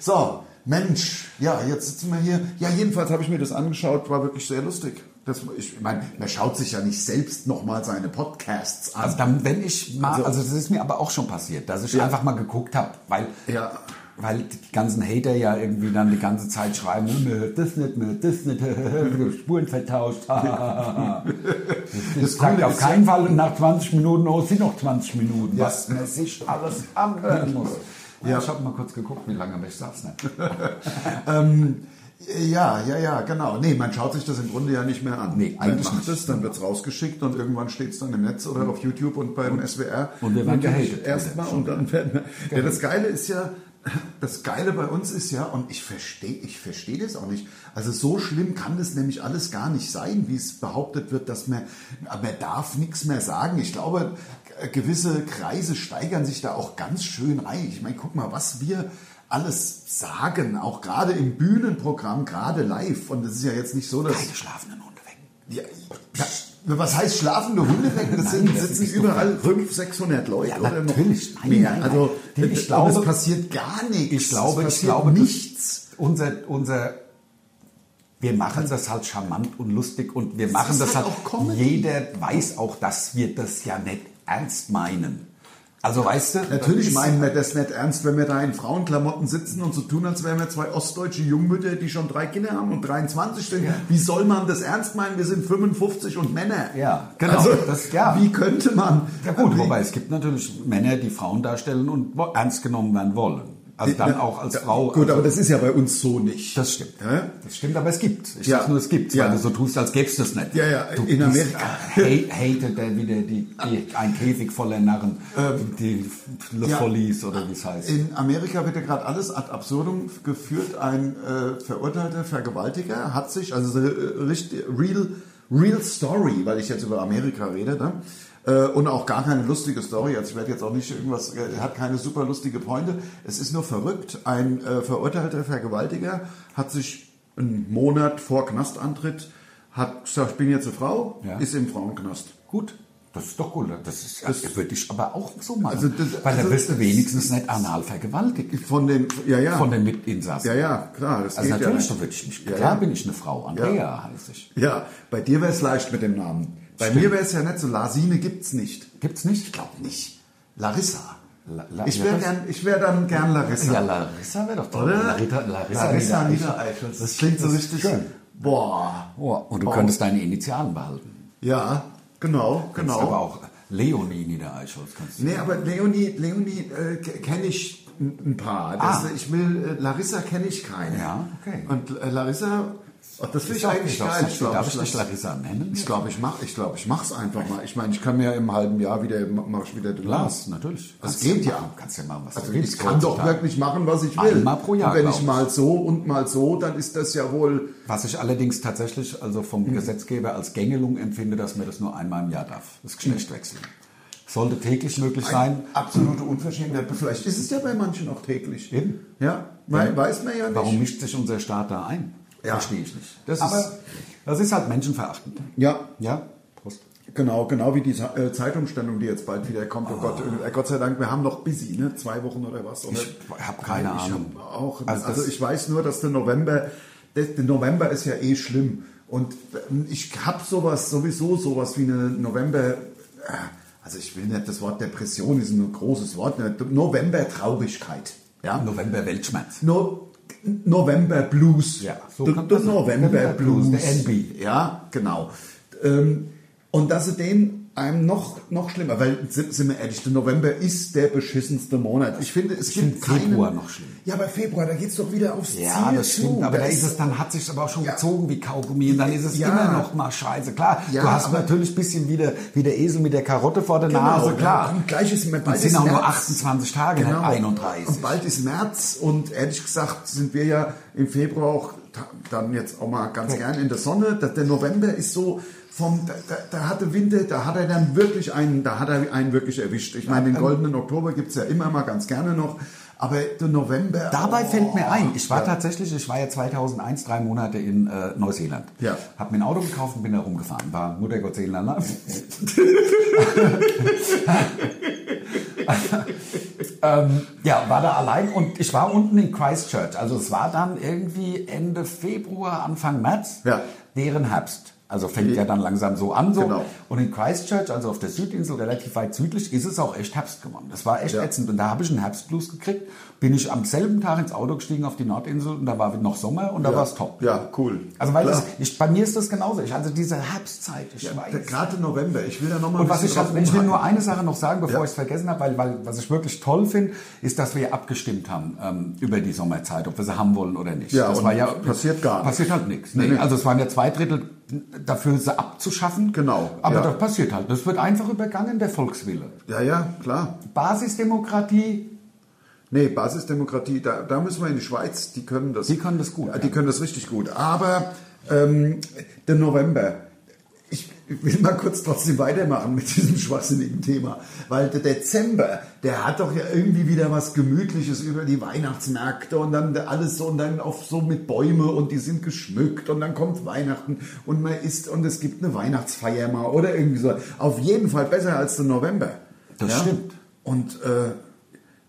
Speaker 4: So, Mensch, ja, jetzt sitzen wir hier. Ja, jedenfalls habe ich mir das angeschaut, war wirklich sehr lustig. Das, ich meine, man schaut sich ja nicht selbst nochmal seine Podcasts an.
Speaker 3: Also dann, wenn ich mal, also das ist mir aber auch schon passiert, dass ich einfach mal geguckt habe, weil,
Speaker 4: Ja.
Speaker 3: weil die ganzen Hater ja irgendwie dann die ganze Zeit schreiben, "Hm, mir hört das nicht, mir hört das nicht, <laughs> Spuren vertauscht. <laughs> das sagt
Speaker 4: Coole
Speaker 3: auf
Speaker 4: ist
Speaker 3: keinen Fall nach 20 Minuten, oh, es sind noch 20 Minuten,
Speaker 4: Ja.
Speaker 3: was man sich alles anhören muss. Ja.
Speaker 4: Ja.
Speaker 3: Ich habe mal kurz geguckt, wie lange, aber ich sag's nicht.
Speaker 4: Ja, ja, ja, genau. Nee, man schaut sich das im Grunde ja nicht mehr an.
Speaker 3: Nee,
Speaker 4: man
Speaker 3: eigentlich
Speaker 4: macht
Speaker 3: nicht.
Speaker 4: es, dann wird's rausgeschickt und irgendwann steht's dann im Netz oder auf YouTube und beim SWR.
Speaker 3: und wir werden
Speaker 4: Natürlich
Speaker 3: gehatet.
Speaker 4: Erstmal und dann werden wir. Ja, das Geile ist ja, das Geile bei uns ist ja, und ich verstehe ich verstehe das auch nicht. Also so schlimm kann das nämlich alles gar nicht sein, wie es behauptet wird, dass man, man darf nichts mehr sagen. Ich glaube, gewisse Kreise steigern sich da auch ganz schön rein. Ich meine, guck mal, was wir alles sagen, auch gerade im Bühnenprogramm, gerade live. Und es ist ja jetzt nicht so, dass.
Speaker 3: Keine schlafenden Hunde weg.
Speaker 4: Ja, ja, was heißt schlafende Hunde weg? Das sind,
Speaker 3: Nein, das
Speaker 4: sitzen
Speaker 3: ist doch-
Speaker 4: überall 500, 600 Leute.
Speaker 3: Ja,
Speaker 4: oder noch
Speaker 3: natürlich. Nein,
Speaker 4: mehr.
Speaker 3: nein, nein.
Speaker 4: also,
Speaker 3: Denn ich
Speaker 4: ich glaube,
Speaker 3: glaube-
Speaker 4: es passiert gar nichts.
Speaker 3: Ich
Speaker 4: es
Speaker 3: glaube, ich
Speaker 4: passiert
Speaker 3: glaube, das-
Speaker 4: nichts.
Speaker 3: unser, unser, wir machen das halt charmant und lustig und wir machen
Speaker 4: ist
Speaker 3: das
Speaker 4: halt
Speaker 3: halt,
Speaker 4: auch Comedy.
Speaker 3: jeder weiß auch, dass wir das ja nicht ernst meinen. Also weißt du,
Speaker 4: Natürlich
Speaker 3: das-
Speaker 4: meinen wir das nicht ernst, wenn wir da in Frauenklamotten sitzen und so tun, als wären wir zwei ostdeutsche Jungmütter, die schon drei Kinder haben und 23 sind. Wie soll man das ernst meinen? Wir sind 55 und Männer.
Speaker 3: Ja, genau.
Speaker 4: Also,
Speaker 3: Das- ja.
Speaker 4: Wie könnte man?
Speaker 3: ja gut,
Speaker 4: wie,
Speaker 3: wobei es gibt natürlich Männer, die Frauen darstellen und wo- ernst genommen werden wollen. Also dann
Speaker 4: Na,
Speaker 3: auch als
Speaker 4: da-
Speaker 3: Frau.
Speaker 4: Gut,
Speaker 3: also,
Speaker 4: aber das ist ja bei uns so nicht.
Speaker 3: das stimmt.
Speaker 4: Ja?
Speaker 3: Das stimmt, aber es gibt. Ich
Speaker 4: Ja.
Speaker 3: sag nur, es gibt,
Speaker 4: Ja.
Speaker 3: weil du so tust, als gäbe es das nicht.
Speaker 4: Ja, ja,
Speaker 3: du
Speaker 4: in
Speaker 3: bist-
Speaker 4: Amerika.
Speaker 3: Hey, hatet er wieder die, die, ein Käfig voller Narren, die Le
Speaker 4: Ähm. ja.
Speaker 3: Follies oder wie es heißt.
Speaker 4: In Amerika wird ja gerade alles ad absurdum geführt. Ein äh, verurteilter Vergewaltiger hat sich, also so, äh, richtig, real, real Story, weil ich jetzt über Amerika rede, ne? Äh, und auch gar keine lustige Story. Also ich werde jetzt auch nicht irgendwas, äh, er hat keine super lustige Pointe. Es ist nur verrückt. Ein äh, verurteilter Vergewaltiger hat sich einen Monat vor Knastantritt hat gesagt, ich bin jetzt eine Frau,
Speaker 3: Ja.
Speaker 4: ist im Frauenknast.
Speaker 3: Gut. Das ist doch gut. Das, ist,
Speaker 4: Das-
Speaker 3: das würde ich aber auch so machen.
Speaker 4: Also das-
Speaker 3: Weil
Speaker 4: also-
Speaker 3: dann wirst du wenigstens nicht anal vergewaltigt
Speaker 4: Von den, ja, ja.
Speaker 3: von den Mitinsassen.
Speaker 4: ja, ja, klar, das
Speaker 3: Also
Speaker 4: geht
Speaker 3: natürlich,
Speaker 4: ja
Speaker 3: da
Speaker 4: nicht.
Speaker 3: würde ich mich.
Speaker 4: Ja,
Speaker 3: Klar
Speaker 4: ja.
Speaker 3: bin ich eine Frau. Andrea
Speaker 4: Ja.
Speaker 3: heiße ich.
Speaker 4: Ja, bei dir wäre es leicht mit dem Namen. Bei mir wäre es ja nicht so. Lasine gibt's nicht.
Speaker 3: Gibt's nicht? Ich
Speaker 4: Nicht. Larissa.
Speaker 3: La- La-
Speaker 4: Ich wäre
Speaker 3: Larissa?
Speaker 4: gern, ich wär dann gern Larissa.
Speaker 3: Ja, Larissa wäre doch toll.
Speaker 4: Oder?
Speaker 3: Larita- Larissa,
Speaker 4: Larissa
Speaker 3: Niedereichel.
Speaker 4: Niedereichel. Das klingt so richtig.
Speaker 3: schön.
Speaker 4: Boah.
Speaker 3: Oh, und du
Speaker 4: Wow.
Speaker 3: könntest deine Initialen behalten.
Speaker 4: Ja, genau,
Speaker 3: Kannst
Speaker 4: genau.
Speaker 3: Aber auch Leonie Niedereichholz kannst du.
Speaker 4: Nee, aber Leonie, Leonie äh, kenne ich ein ein paar. Das,
Speaker 3: Ah.
Speaker 4: Ich will, äh, Larissa kenne ich keine.
Speaker 3: Ja, okay.
Speaker 4: Und äh, Larissa, oh, das finde
Speaker 3: Ist
Speaker 4: ich
Speaker 3: auch
Speaker 4: eigentlich
Speaker 3: nicht
Speaker 4: geil.
Speaker 3: aufsichtig.
Speaker 4: glaub,
Speaker 3: Darf ich dich
Speaker 4: lass-
Speaker 3: Larissa nennen?
Speaker 4: Ich glaube, ich mache ich glaub, ich mach's einfach mal. Ich meine, ich kann mir im halben Jahr wieder, mache ich wieder den
Speaker 3: Lars, natürlich.
Speaker 4: Das
Speaker 3: Kannst
Speaker 4: geht
Speaker 3: du-
Speaker 4: ja.
Speaker 3: Kannst ja machen, was
Speaker 4: Also
Speaker 3: du willst.
Speaker 4: ich kann doch
Speaker 3: heutzutage.
Speaker 4: wirklich machen, was ich will.
Speaker 3: Einmal pro Jahr,
Speaker 4: Und wenn
Speaker 3: glaub
Speaker 4: ich
Speaker 3: ich.
Speaker 4: mal so und mal so, dann ist das ja wohl.
Speaker 3: Was ich allerdings tatsächlich also vom
Speaker 4: Mhm.
Speaker 3: Gesetzgeber als Gängelung empfinde, dass man das nur einmal im Jahr darf. Das
Speaker 4: Mhm.
Speaker 3: Geschlecht wechseln. Sollte täglich möglich sein.
Speaker 4: absolute Unverschämtheit. Vielleicht ist es ja bei manchen auch täglich.
Speaker 3: Eben.
Speaker 4: Ja, weil, weiß man ja nicht.
Speaker 3: Warum mischt sich unser Staat da ein?
Speaker 4: Ja.
Speaker 3: Verstehe ich nicht. Das,
Speaker 4: Aber-
Speaker 3: ist, das ist halt menschenverachtend.
Speaker 4: Ja,
Speaker 3: Ja? Prost.
Speaker 4: genau, genau wie die Sa- äh, Zeitumstellung, die jetzt bald wieder kommt. Oh,
Speaker 3: Ah.
Speaker 4: Gott, äh, Gott sei Dank, wir haben noch busy, ne? Zwei Wochen oder was? Oder?
Speaker 3: Ich hab keine
Speaker 4: ich
Speaker 3: Ahnung.
Speaker 4: Hab auch, also,
Speaker 3: Also das-
Speaker 4: ich weiß nur, dass der November, der, der November ist ja eh schlimm. Und ähm, ich habe sowas, sowieso sowas wie eine November, äh, also ich will nicht, das Wort Depression ist ein großes Wort, ne? November-Traurigkeit. Ja?
Speaker 3: November Weltschmerz.
Speaker 4: No November Blues.
Speaker 3: Ja, so
Speaker 4: der,
Speaker 3: kann
Speaker 4: der
Speaker 3: das sein.
Speaker 4: November
Speaker 3: November
Speaker 4: Blues.
Speaker 3: Blues, der NB.
Speaker 4: Ja, genau. Ähm, und dass sie den einem noch, noch schlimmer, weil sind, sind wir ehrlich, der November ist der beschissenste Monat. Ich finde, es
Speaker 3: Ich
Speaker 4: gibt
Speaker 3: finde
Speaker 4: keinen,
Speaker 3: Februar noch schlimm.
Speaker 4: Ja, bei Februar, da geht es doch wieder aufs
Speaker 3: Ja,
Speaker 4: Ziel
Speaker 3: das stimmt,
Speaker 4: zu.
Speaker 3: aber da
Speaker 4: Das-
Speaker 3: ist es, dann hat sich aber auch schon
Speaker 4: Ja.
Speaker 3: gezogen wie Kaugummi und dann ist es
Speaker 4: Ja.
Speaker 3: immer noch mal scheiße. Klar,
Speaker 4: Ja,
Speaker 3: du hast
Speaker 4: aber-
Speaker 3: natürlich ein bisschen wie der, wie der Esel mit der Karotte vor der
Speaker 4: Genau,
Speaker 3: Nase,
Speaker 4: dann
Speaker 3: klar.
Speaker 4: kommt gleich ist immer- bald
Speaker 3: es sind
Speaker 4: ist
Speaker 3: auch nur
Speaker 4: März.
Speaker 3: 28 Tage,
Speaker 4: Genau.
Speaker 3: nicht 31.
Speaker 4: Und bald ist März und ehrlich gesagt sind wir ja im Februar auch ta- dann jetzt auch mal ganz gern in der Sonne. Da- Der November ist so vom, da, da, da hat der Winter, da hat er dann wirklich einen, da hat er einen wirklich erwischt. Ich meine, den
Speaker 3: ähm,
Speaker 4: goldenen Oktober gibt es ja immer mal ganz gerne noch, aber der November.
Speaker 3: Dabei
Speaker 4: oh,
Speaker 3: fällt mir ein, ich war tatsächlich, ich war ja 2001 drei Monate in äh, Neuseeland.
Speaker 4: Ja.
Speaker 3: Hab mir ein Auto gekauft und bin da rumgefahren. War Mutter
Speaker 4: <laughs>
Speaker 3: Gott Seelenlander. ähm, ja, war da allein und ich war unten in Christchurch. Also es war dann irgendwie Ende Februar, Anfang März,
Speaker 4: Ja.
Speaker 3: deren Herbst. Also fängt ja dann langsam so an. So.
Speaker 4: Genau.
Speaker 3: Und in Christchurch, also auf der Südinsel, relativ weit südlich, ist es auch echt Herbst geworden. Das war echt
Speaker 4: Ja.
Speaker 3: ätzend. Und da habe ich einen Herbstblues gekriegt. Bin ich am selben Tag ins Auto gestiegen auf die Nordinsel und da war noch Sommer und da
Speaker 4: Ja.
Speaker 3: war es top.
Speaker 4: Ja, cool.
Speaker 3: Also weil
Speaker 4: Klar.
Speaker 3: das, ich, bei mir ist das genauso. Ich, also diese Herbstzeit, ich weiß.
Speaker 4: Der- Gerade der November, ich will da nochmal
Speaker 3: Und was ich, halt, ich will nur
Speaker 4: ein.
Speaker 3: eine Sache noch sagen, bevor
Speaker 4: Ja.
Speaker 3: ich es vergessen habe, weil, weil was ich wirklich toll finde, ist, dass wir abgestimmt haben ähm, über die Sommerzeit, ob wir sie haben wollen oder nicht.
Speaker 4: Ja,
Speaker 3: das
Speaker 4: und passiert gar nichts.
Speaker 3: Passiert halt nichts.
Speaker 4: Nee,
Speaker 3: Nee,
Speaker 4: nee.
Speaker 3: Also es waren ja zwei Drittel dafür, sie abzuschaffen.
Speaker 4: Genau,
Speaker 3: Aber
Speaker 4: ja.
Speaker 3: das passiert halt. Das wird einfach übergangen, der Volkswille.
Speaker 4: Ja, ja, klar.
Speaker 3: Basisdemokratie,
Speaker 4: Nee, Basisdemokratie, da, da müssen wir in die Schweiz, die können das.
Speaker 3: Die können das gut,
Speaker 4: Ja, Ah, die
Speaker 3: ja.
Speaker 4: können das richtig gut. Aber ähm, der November, ich will mal kurz trotzdem weitermachen mit diesem schwachsinnigen Thema, weil der Dezember, der hat doch ja irgendwie wieder was Gemütliches über die Weihnachtsmärkte und dann alles so und dann auch so mit Bäume und die sind geschmückt und dann kommt Weihnachten und man isst und es gibt eine Weihnachtsfeier mal oder irgendwie so. Auf jeden Fall besser als der November.
Speaker 3: Das stimmt.
Speaker 4: Und äh,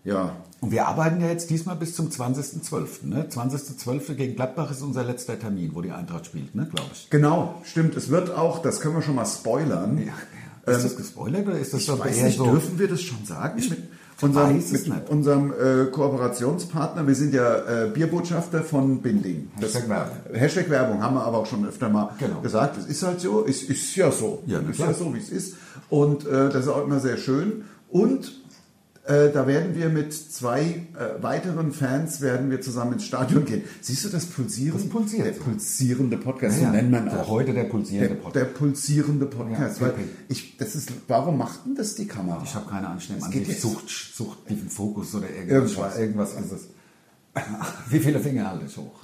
Speaker 4: ja,
Speaker 3: Und wir arbeiten ja jetzt diesmal bis zum 20.12. Ne? 20.12. gegen Gladbach ist unser letzter Termin, wo die Eintracht spielt, ne? glaube ich.
Speaker 4: Genau, stimmt. Es wird auch, das können wir schon mal spoilern.
Speaker 3: Ist
Speaker 4: Ähm,
Speaker 3: das gespoilert oder ist das
Speaker 4: ich
Speaker 3: doch
Speaker 4: weiß
Speaker 3: eher
Speaker 4: nicht,
Speaker 3: so?
Speaker 4: dürfen wir das schon sagen? mit unserem,
Speaker 3: weiß es
Speaker 4: mit
Speaker 3: nicht.
Speaker 4: unserem äh, Kooperationspartner, wir sind ja äh, Bierbotschafter von Binding.
Speaker 3: Hashtag Werbung.
Speaker 4: Hashtag Werbung haben wir aber auch schon öfter mal
Speaker 3: Genau.
Speaker 4: gesagt. Es ist halt so, es ist ja so.
Speaker 3: Ja, na
Speaker 4: es ist
Speaker 3: klar.
Speaker 4: ja so, wie es ist. Und äh, das ist auch immer sehr schön. Und äh, da werden wir mit zwei äh, weiteren Fans werden wir zusammen ins Stadion gehen. Siehst du das Pulsieren?
Speaker 3: Das pulsiert.
Speaker 4: Der pulsierende Podcast,
Speaker 3: Ja,
Speaker 4: so nennt man auch.
Speaker 3: heute der
Speaker 4: Der,
Speaker 3: pulsierende Podcast.
Speaker 4: der pulsierende Podcast.
Speaker 3: Ja,
Speaker 4: weil
Speaker 3: PP.
Speaker 4: ich, das ist, warum macht denn das die Kamera?
Speaker 3: Ich habe keine Ahnung, ich nehme
Speaker 4: Das
Speaker 3: an,
Speaker 4: geht
Speaker 3: die
Speaker 4: jetzt.
Speaker 3: Sucht, Sucht diesen Fokus oder irgendwas.
Speaker 4: Irgendwas.
Speaker 3: Irgendwas ist es. <laughs> Wie viele Finger halte ich hoch?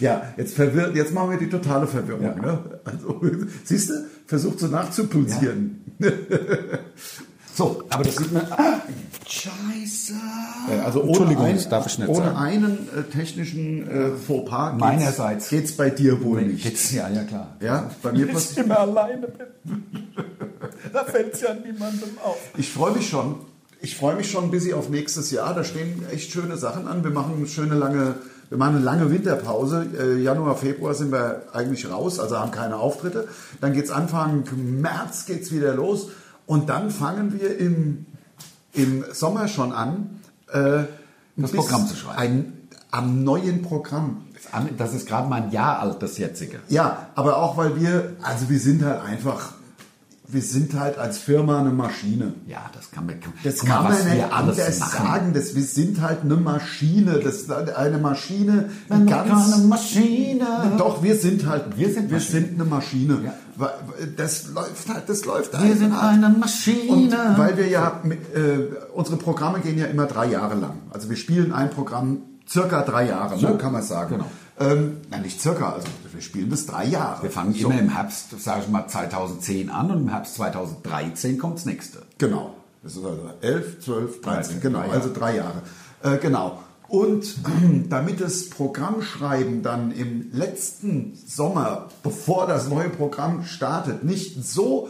Speaker 4: Ja, jetzt, verwirrt, jetzt machen wir die totale Verwirrung.
Speaker 3: Ja.
Speaker 4: Ne? Also, <laughs> siehst du, versucht so nachzupulsieren.
Speaker 3: So, aber das sieht man.
Speaker 4: <laughs> Scheiße. Also ohne,
Speaker 3: Entschuldigung,
Speaker 4: ein,
Speaker 3: das darf ich nicht
Speaker 4: ohne
Speaker 3: sagen.
Speaker 4: einen äh, technischen äh, Fauxpas geht's-
Speaker 3: Meinerseits.
Speaker 4: geht's bei dir wohl nicht.
Speaker 3: Jetzt, ja, ja, klar.
Speaker 4: Ja, bei <laughs> mir passiert
Speaker 3: immer alleine bin.
Speaker 4: <laughs>
Speaker 3: da fällt es ja niemandem auf.
Speaker 4: Ich freue mich schon. Ich freue mich schon ein bisschen auf nächstes Jahr. Da stehen echt schöne Sachen an. Wir machen eine schöne lange, wir machen eine lange Winterpause. Äh, Januar, Februar sind wir eigentlich raus, also haben keine Auftritte. Dann geht's Anfang März geht's wieder los und dann fangen wir im im Sommer schon an, äh,
Speaker 3: Das
Speaker 4: bis-
Speaker 3: Programm zu schreiben.
Speaker 4: Ein, am neuen Programm.
Speaker 3: Das ist gerade mal ein Jahr alt, das jetzige.
Speaker 4: Ja, aber auch weil wir, also wir sind halt einfach, wir sind halt als Firma eine Maschine.
Speaker 3: Ja, das kann man.
Speaker 4: Das
Speaker 3: guck mal,
Speaker 4: kann
Speaker 3: was
Speaker 4: man nicht
Speaker 3: wir alles
Speaker 4: anders
Speaker 3: machen.
Speaker 4: sagen. Das, wir sind halt eine Maschine. Das ist eine Maschine, die
Speaker 3: Man kann
Speaker 4: ganz.
Speaker 3: eine Maschine.
Speaker 4: Doch, wir sind halt,
Speaker 3: Wir sind
Speaker 4: wir
Speaker 3: Maschinen.
Speaker 4: sind eine Maschine.
Speaker 3: Ja.
Speaker 4: Wa- Das läuft halt, das läuft
Speaker 3: Wir sind
Speaker 4: einfach.
Speaker 3: eine Maschine.
Speaker 4: Und weil wir ja, mit, äh, unsere Programme gehen ja immer drei Jahre lang. Also wir spielen ein Programm circa drei Jahre, so
Speaker 3: So,
Speaker 4: kann man sagen.
Speaker 3: genau.
Speaker 4: Ähm, na, nicht circa, also wir spielen bis drei Jahre.
Speaker 3: wir fangen
Speaker 4: so.
Speaker 3: immer im Herbst, sage ich mal, 2010 an und im Herbst 2013 kommt das nächste.
Speaker 4: Genau. Das ist also 11, 12, 13,
Speaker 3: Dreizehn,
Speaker 4: genau,
Speaker 3: drei Jahre.
Speaker 4: also drei Jahre. Äh, genau. Und <clears throat> damit das Programmschreiben dann im letzten Sommer, bevor das neue Programm startet, nicht so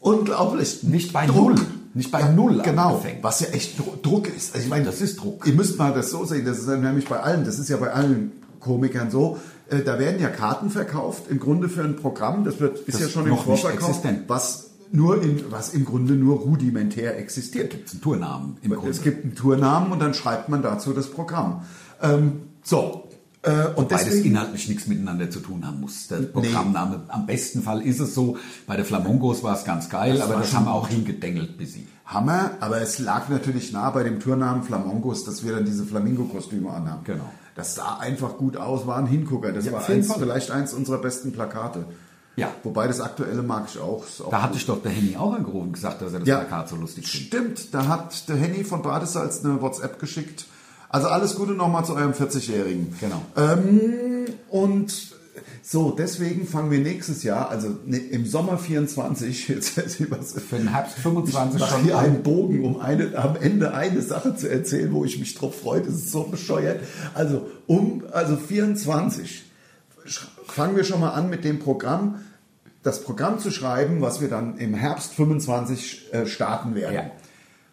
Speaker 4: unglaublich
Speaker 3: Nicht bei
Speaker 4: Druck-
Speaker 3: Null. Nicht bei Null
Speaker 4: Genau,
Speaker 3: angefangen.
Speaker 4: was ja echt Dru- Druck ist. Also ich meine,
Speaker 3: Das ist Druck.
Speaker 4: Ihr müsst mal das so sehen, das ist dann nämlich bei allen, das ist ja bei allen Komikern so, äh, da werden ja Karten verkauft, im Grunde für ein Programm, das wird ist
Speaker 3: Das
Speaker 4: ja schon im
Speaker 3: noch nicht
Speaker 4: Vorverkauf,
Speaker 3: existent.
Speaker 4: was nur in, was im Grunde nur rudimentär existiert.
Speaker 3: Das ist ein Tournamen im Grunde.
Speaker 4: Es gibt einen Tournamen und dann schreibt man dazu das Programm. Ähm, so, äh, und
Speaker 3: Beides
Speaker 4: deswegen,
Speaker 3: inhaltlich nichts miteinander zu tun haben muss. Der Programmname, am besten Fall ist es so. Bei der Flamongos war es ganz geil, aber
Speaker 4: war
Speaker 3: das
Speaker 4: schon
Speaker 3: haben wir auch hingedengelt bis sie.
Speaker 4: Hammer, aber es lag natürlich nah bei dem Tournamen Flamongos, dass wir dann diese Flamingo-Kostüme anhaben.
Speaker 3: Genau.
Speaker 4: Das sah einfach gut aus, war ein Hingucker. Das
Speaker 3: Ja,
Speaker 4: war
Speaker 3: auf jeden
Speaker 4: eins,
Speaker 3: Fall.
Speaker 4: vielleicht eins unserer besten Plakate.
Speaker 3: Ja.
Speaker 4: Wobei das aktuelle mag ich auch. Ist auch
Speaker 3: Da hatte
Speaker 4: gut.
Speaker 3: ich doch der Henny auch angerufen und gesagt, dass er das
Speaker 4: Ja.
Speaker 3: Plakat so lustig findet.
Speaker 4: Stimmt, da hat der Henny von Badesalz eine WhatsApp geschickt. Also alles Gute nochmal zu eurem 40-Jährigen.
Speaker 3: Genau.
Speaker 4: Ähm, und so, deswegen fangen wir nächstes Jahr, also ne, im Sommer 24, <laughs> jetzt weiß ich was.
Speaker 3: Für den Herbst 25
Speaker 4: mache
Speaker 3: schon
Speaker 4: hier einen Bogen, um eine, am Ende eine Sache zu erzählen, wo ich mich drauf freue. Das ist so bescheuert. Also um, also 24 sch- fangen wir schon mal an mit dem Programm, das Programm zu schreiben, was wir dann im Herbst 25 äh, starten werden.
Speaker 3: Ja.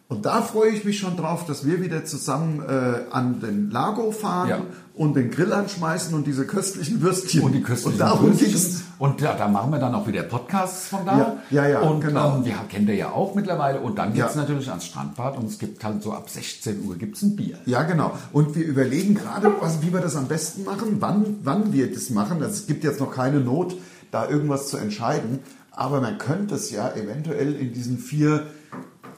Speaker 4: Und da freue ich mich schon drauf, dass wir wieder zusammen äh, an den Lago fahren
Speaker 3: Ja.
Speaker 4: und den Grill anschmeißen und diese köstlichen Würstchen.
Speaker 3: und die Küsten.
Speaker 4: Und darum ging's.
Speaker 3: Und ja, da machen wir dann auch wieder Podcasts von da.
Speaker 4: Ja, ja, ja,
Speaker 3: und,
Speaker 4: genau.
Speaker 3: Ähm, die kennt ihr ja auch mittlerweile. Und dann geht es
Speaker 4: Ja.
Speaker 3: natürlich ans Strandbad und es gibt halt so ab 16 Uhr gibt's ein Bier.
Speaker 4: Ja, genau. Und wir überlegen gerade, was, wie wir das am besten machen, wann, wann wir das machen. Also es gibt jetzt noch keine Not, da irgendwas zu entscheiden. Aber man könnte es ja eventuell in diesen vier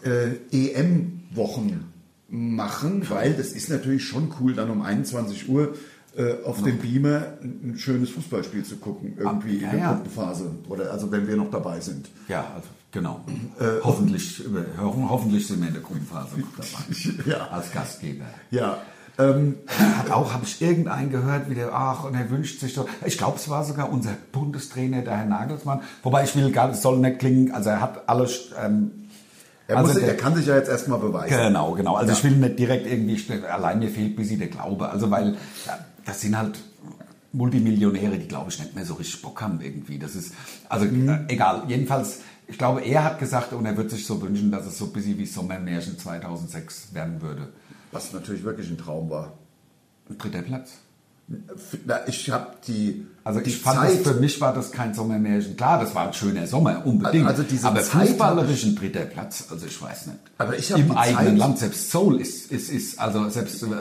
Speaker 4: äh, EM-Wochen machen, weil das ist natürlich schon cool, dann um 21 Uhr äh, auf dem Beamer ein ein schönes Fußballspiel zu gucken, irgendwie
Speaker 3: Ah, ja,
Speaker 4: in der
Speaker 3: ja.
Speaker 4: Gruppenphase. Oder also wenn wir noch dabei sind.
Speaker 3: Ja, also genau.
Speaker 4: Äh,
Speaker 3: hoffentlich, über- ho hoffentlich sind wir in
Speaker 4: <laughs>
Speaker 3: der Gruppenphase noch dabei.
Speaker 4: Ja.
Speaker 3: Als Gastgeber.
Speaker 4: Ja.
Speaker 3: Also
Speaker 4: Ähm,
Speaker 3: Hat auch, habe ich irgendeinen gehört, wie der, ach, und er wünscht sich so, ich glaube, es war sogar unser Bundestrainer, der Herr Nagelsmann. Wobei ich will gar es soll nicht klingen, also er hat alle, ähm,
Speaker 4: er,
Speaker 3: Also
Speaker 4: muss,
Speaker 3: der-
Speaker 4: er kann sich ja jetzt erstmal beweisen.
Speaker 3: Genau, genau. Also
Speaker 4: Ja.
Speaker 3: ich will nicht direkt irgendwie, st- allein mir fehlt bis der Glaube. Also weil ja, das sind halt Multimillionäre, die glaube ich nicht mehr so richtig Bock haben irgendwie. Das ist, also
Speaker 4: Mhm.
Speaker 3: äh, egal. Jedenfalls, ich glaube, er hat gesagt und er wird sich so wünschen, dass es so ein bisschen wie Sommermärchen 2006 werden würde.
Speaker 4: Was natürlich wirklich ein Traum war.
Speaker 3: Dritter Platz.
Speaker 4: Na, ich habe die.
Speaker 3: Also
Speaker 4: die
Speaker 3: ich fand,
Speaker 4: Zeit,
Speaker 3: das, für mich war das kein Sommermärchen. Klar, das war ein schöner Sommer, unbedingt.
Speaker 4: Also diese
Speaker 3: aber
Speaker 4: Zeit
Speaker 3: fußballerisch ein dritter Platz, also ich weiß nicht.
Speaker 4: Aber ich hab
Speaker 3: Im
Speaker 4: die
Speaker 3: eigenen
Speaker 4: Zeit-
Speaker 3: Land, selbst Seoul ist, ist, ist also selbst ähm, äh,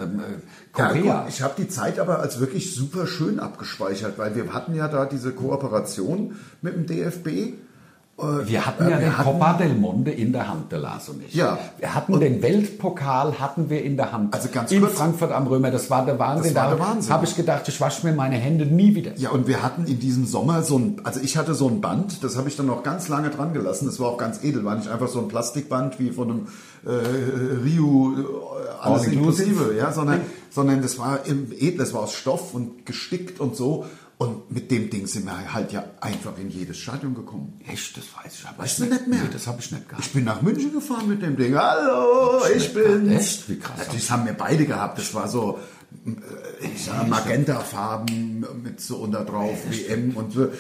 Speaker 4: Ja,
Speaker 3: Korea.
Speaker 4: gut, ich habe die Zeit aber als wirklich super schön abgespeichert, weil wir hatten ja da diese Kooperation mit dem DFB.
Speaker 3: Wir hatten
Speaker 4: Äh,
Speaker 3: ja
Speaker 4: wir
Speaker 3: den
Speaker 4: hatten-
Speaker 3: Copa del Monde in der Hand, der Lars und ich.
Speaker 4: Ja.
Speaker 3: Wir hatten den Weltpokal hatten wir in der Hand.
Speaker 4: Also ganz
Speaker 3: in
Speaker 4: kurz-
Speaker 3: Frankfurt am Römer. Das war der Wahnsinn.
Speaker 4: Das war der
Speaker 3: Da
Speaker 4: Wahnsinn.
Speaker 3: Habe ich gedacht, ich wasche mir meine Hände nie wieder.
Speaker 4: Ja, und wir hatten in diesem Sommer so ein, also ich hatte so ein Band, das habe ich dann noch ganz lange dran gelassen. Das war auch ganz edel, war nicht einfach so ein Plastikband wie von einem äh, Rio äh, alles
Speaker 3: All inclusive.
Speaker 4: inklusive, ja, sondern, sondern das war im edel, das war aus Stoff und gestickt und so. Und mit dem Ding sind wir halt ja einfach in jedes Stadion gekommen.
Speaker 3: Echt, das weiß ich. Aber
Speaker 4: Weißt du nicht mehr?
Speaker 3: Nee, das habe ich nicht gehabt.
Speaker 4: Ich bin nach München gefahren mit dem Ding. Hallo, ich bin.
Speaker 3: Echt? Wie krass.
Speaker 4: Das haben wir beide gehabt. Das war so äh, ich sag, Magenta-Farben mit so unter drauf, WM und so. Und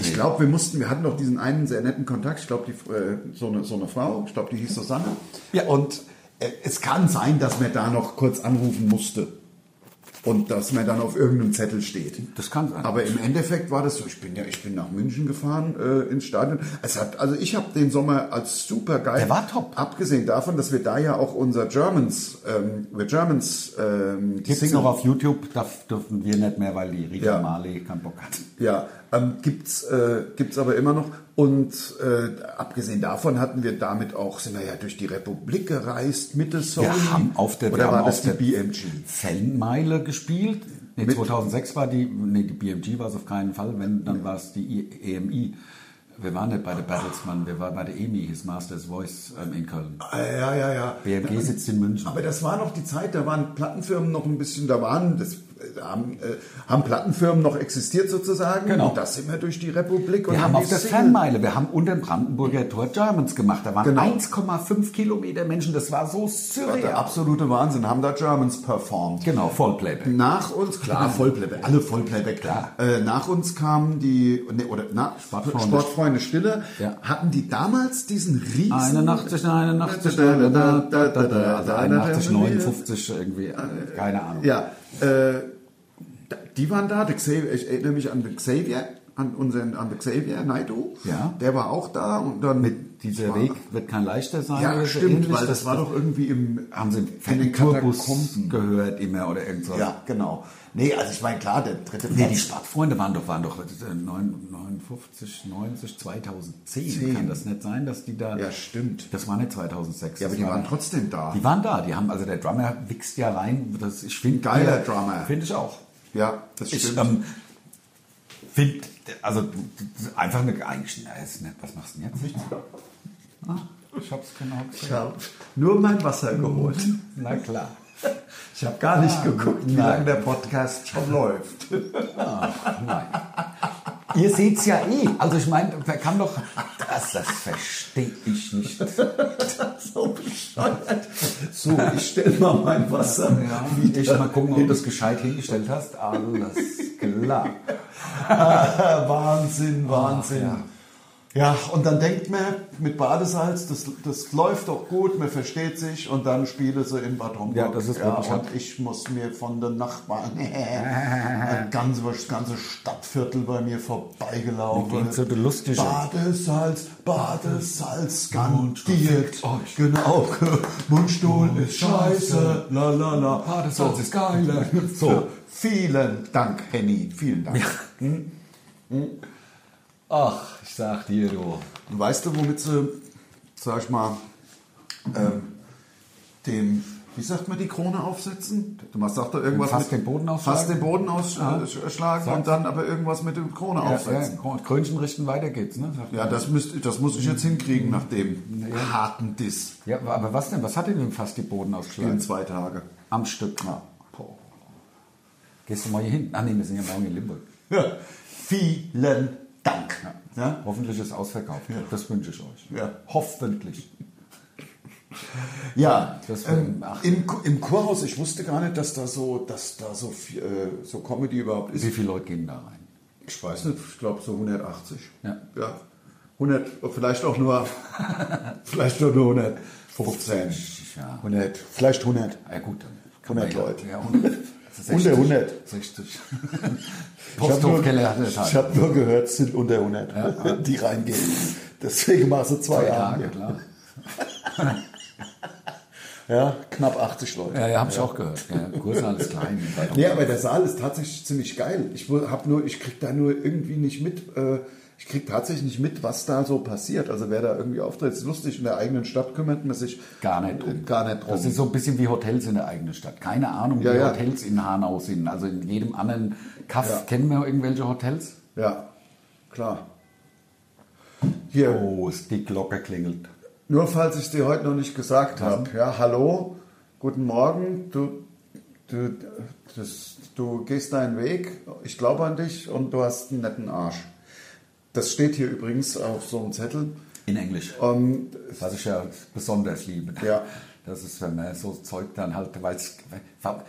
Speaker 4: ich glaube, wir mussten, wir hatten doch diesen einen sehr netten Kontakt. Ich glaube, die, äh, so, eine, so eine Frau, ich glaube, die hieß Susanne.
Speaker 3: Ja.
Speaker 4: Und äh, es kann sein, dass man da noch kurz anrufen musste. und dass man dann auf irgendeinem Zettel steht.
Speaker 3: Das kann sein.
Speaker 4: Aber im Endeffekt war das so, ich bin ja, ich bin nach München gefahren äh, ins Stadion. Es hat, also ich habe den Sommer als super geil.
Speaker 3: Der war top.
Speaker 4: Abgesehen davon, dass wir da ja auch unser Germans, ähm, wir Germans, ähm, die
Speaker 3: Gibt es noch auf YouTube, da dürfen wir nicht mehr, weil die Rita
Speaker 4: Ja.
Speaker 3: Marley keinen Bock hat.
Speaker 4: Ja, ähm, gibt's äh, gibt's aber immer noch. Und äh, abgesehen davon hatten wir damit auch, sind wir ja durch die Republik gereist mit der Sony.
Speaker 3: Wir haben auf der- wir
Speaker 4: oder
Speaker 3: haben
Speaker 4: war
Speaker 3: auf
Speaker 4: das die
Speaker 3: der-
Speaker 4: BMG?
Speaker 3: Fanmeile gespielt. Nee,
Speaker 4: Mit-
Speaker 3: 2006 war die, nee, die BMG war es auf keinen Fall, wenn, dann war es die I- EMI. Wir waren nicht bei der Battlesman, wir waren bei der E EMI, his Master's Voice ähm, in Köln.
Speaker 4: Ah, Ja, ja, ja.
Speaker 3: BMG sitzt in München.
Speaker 4: Aber das war noch die Zeit, da waren Plattenfirmen noch ein bisschen, da waren, das äh, haben, äh, haben Plattenfirmen noch existiert sozusagen.
Speaker 3: Genau.
Speaker 4: Und das sind wir durch die Republik. und
Speaker 3: wir haben
Speaker 4: die
Speaker 3: auf der
Speaker 4: Single-
Speaker 3: Fanmeile, wir haben unter dem Brandenburger Tor Germans gemacht. Da waren
Speaker 4: Genau.
Speaker 3: 1,5 Kilometer Menschen, das war so
Speaker 4: Das war der
Speaker 3: surreal.
Speaker 4: absolute Wahnsinn, haben da Germans performt.
Speaker 3: Genau, Vollplayback.
Speaker 4: Nach uns, klar, Vollplayback, alle Vollplayback, klar. Äh, nach uns kamen die, ne, oder na, Sportfreunde,
Speaker 3: Sportfreunde.
Speaker 4: Stille.
Speaker 3: Ja.
Speaker 4: Hatten die damals diesen riesen...
Speaker 3: 81, 81, da, da, da, da, da, da, also 81, 59 irgendwie, äh, keine Ahnung.
Speaker 4: Ja, äh, da- die waren da. Der Xavier, ich erinnere mich an den Xavier, an unseren an den Xavier Naidu.
Speaker 3: Ja.
Speaker 4: Der war auch da und dann mit
Speaker 3: Dieser Weg wird kein leichter sein.
Speaker 4: Ja,
Speaker 3: oder so
Speaker 4: stimmt,
Speaker 3: ähnlich.
Speaker 4: weil das war doch irgendwie im
Speaker 3: haben sie
Speaker 4: in den
Speaker 3: den Tourbus
Speaker 4: Katakomben.
Speaker 3: gehört immer oder irgendwas.
Speaker 4: Ja, genau. Nee, also ich meine klar, der dritte
Speaker 3: Nee, die Sportfreunde waren doch, waren doch äh, 9 59, 90, 2010.
Speaker 4: Zehn.
Speaker 3: Kann das nicht sein, dass die da.
Speaker 4: Ja, stimmt.
Speaker 3: Das war nicht 2006.
Speaker 4: Ja, aber
Speaker 3: das
Speaker 4: die
Speaker 3: war
Speaker 4: waren
Speaker 3: doch-
Speaker 4: trotzdem da.
Speaker 3: Die waren da. Die haben, also der Drummer wächst ja rein. Das, ich find,
Speaker 4: Geiler
Speaker 3: ja,
Speaker 4: Drummer.
Speaker 3: Finde ich auch.
Speaker 4: Ja, das
Speaker 3: Ich
Speaker 4: stimmt.
Speaker 3: ähm, finde, also du- du- einfach eine. Eigentlich, na, ist nicht, was machst du denn jetzt? Nichts. Ah, ich hab's genau gesehen.
Speaker 4: ich habe nur mein Wasser geholt. <laughs>
Speaker 3: Na klar.
Speaker 4: Ich habe gar nicht
Speaker 3: Ah,
Speaker 4: geguckt, wie
Speaker 3: nein.
Speaker 4: lange der Podcast <laughs> schon läuft.
Speaker 3: Nein. Ihr seht's ja eh. Also ich meine, wer kann doch. Das, das verstehe ich
Speaker 4: <laughs>
Speaker 3: nicht.
Speaker 4: so bescheuert. So, ich stelle mal mein Wasser
Speaker 3: Ja,
Speaker 4: wieder
Speaker 3: ich mal gucken, ob
Speaker 4: hin.
Speaker 3: du es gescheit hingestellt hast. Alles klar.
Speaker 4: Ah, <laughs> Wahnsinn, Wahnsinn.
Speaker 3: Ach,
Speaker 4: ja. und dann denkt man mit Badesalz, das, das läuft doch gut, man versteht sich und dann spiele sie in Bad Homburg.
Speaker 3: Ja, das ist wirklich
Speaker 4: und
Speaker 3: hart.
Speaker 4: ich muss mir von den Nachbarn <laughs>
Speaker 3: <laughs>
Speaker 4: ein ganze, das ganze Stadtviertel bei mir
Speaker 3: Mir
Speaker 4: vorbeigelaufen.
Speaker 3: ging's so lustig.
Speaker 4: Badesalz, Badesalz skandiert.
Speaker 3: Oh,
Speaker 4: Genau, <laughs> Mundstuhl ist scheiße, la la la.
Speaker 3: Badesalz ist geiler.
Speaker 4: <laughs> So, vielen Dank, Henny, vielen Dank.
Speaker 3: Ach, ich sag dir, du.
Speaker 4: Und weißt du, womit sie, sag ich mal, ähm, dem, wie sagt man, die Krone aufsetzen? Du machst, sagt er irgendwas
Speaker 3: Fast den Boden ausschlagen?
Speaker 4: Fast den Boden ausschlagen und dann aber irgendwas mit der Krone aufsetzen.
Speaker 3: Krönchen richten, weiter geht's, ne? Sagt-
Speaker 4: Ja, das, müsst, das muss ich jetzt hinkriegen nach dem harten Diss.
Speaker 3: Ja, aber was denn? Was hat denn fast die Boden
Speaker 4: In
Speaker 3: ausgeschlagen?
Speaker 4: zwei Tage.
Speaker 3: Am Stück.
Speaker 4: Ja.
Speaker 3: Gehst du mal hier hin? Ach nee, wir sind ja morgen in Limburg.
Speaker 4: Ja. Vielen Dank. Ja.
Speaker 3: Hoffentlich ist ausverkauft. Das wünsche ich euch.
Speaker 4: Ja.
Speaker 3: Hoffentlich.
Speaker 4: Ja,
Speaker 3: Das war
Speaker 4: ähm,
Speaker 3: im achten.
Speaker 4: im, Ch- im Chorhaus, ich wusste gar nicht, dass da so, dass da so, viel, äh, so Comedy überhaupt ist.
Speaker 3: Wie viele Leute gehen da rein?
Speaker 4: Ich weiß nicht, ich glaube so 180.
Speaker 3: Ja.
Speaker 4: ja. 100, vielleicht auch nur, <laughs> vielleicht auch nur 115.
Speaker 3: Ja.
Speaker 4: 100, vielleicht 100.
Speaker 3: Ja gut, dann
Speaker 4: 100
Speaker 3: man ja-
Speaker 4: Leute.
Speaker 3: Ja, 100. Das ist
Speaker 4: Unter
Speaker 3: 60.
Speaker 4: 100.
Speaker 3: <laughs> 60.
Speaker 4: Ich hab nur-
Speaker 3: Posthofkeller hat es
Speaker 4: Ich
Speaker 3: halt.
Speaker 4: habe nur gehört, es sind unter 100, <laughs> die reingehen. Deswegen war es zwei
Speaker 3: Zwei
Speaker 4: Jahre.
Speaker 3: Tage, klar.
Speaker 4: Ja, knapp 80 Leute.
Speaker 3: Ja, ja, habe ich auch gehört. Ja, Größer als
Speaker 4: <laughs>
Speaker 3: klein.
Speaker 4: Nee, aber der Saal ist tatsächlich ziemlich geil. Ich wo- hab nur, ich krieg da nur irgendwie nicht mit, äh, ich krieg tatsächlich nicht mit, was da so passiert. Also wer da irgendwie auftritt, ist lustig. In der eigenen Stadt kümmert man sich äh,
Speaker 3: Gar nicht drum.
Speaker 4: Gar nicht drum.
Speaker 3: Das ist so ein bisschen wie Hotels in der eigenen Stadt. Keine Ahnung,
Speaker 4: Ja,
Speaker 3: wie
Speaker 4: ja.
Speaker 3: Hotels in Hanau sind. Also in jedem anderen Kaff
Speaker 4: Ja.
Speaker 3: kennen wir irgendwelche Hotels.
Speaker 4: ja, klar. Hier,
Speaker 3: Oh, ist die Glocke klingelt.
Speaker 4: nur falls ich dir heute noch nicht gesagt habe, ja, hallo, guten Morgen, du, du, das, du gehst deinen Weg, ich glaube an dich und du hast einen netten Arsch. Das steht hier übrigens auf so einem Zettel.
Speaker 3: In Englisch.
Speaker 4: Ähm,
Speaker 3: Was ich ja besonders liebe.
Speaker 4: Ja,
Speaker 3: Das ist, wenn man so Zeug dann halt, weil es-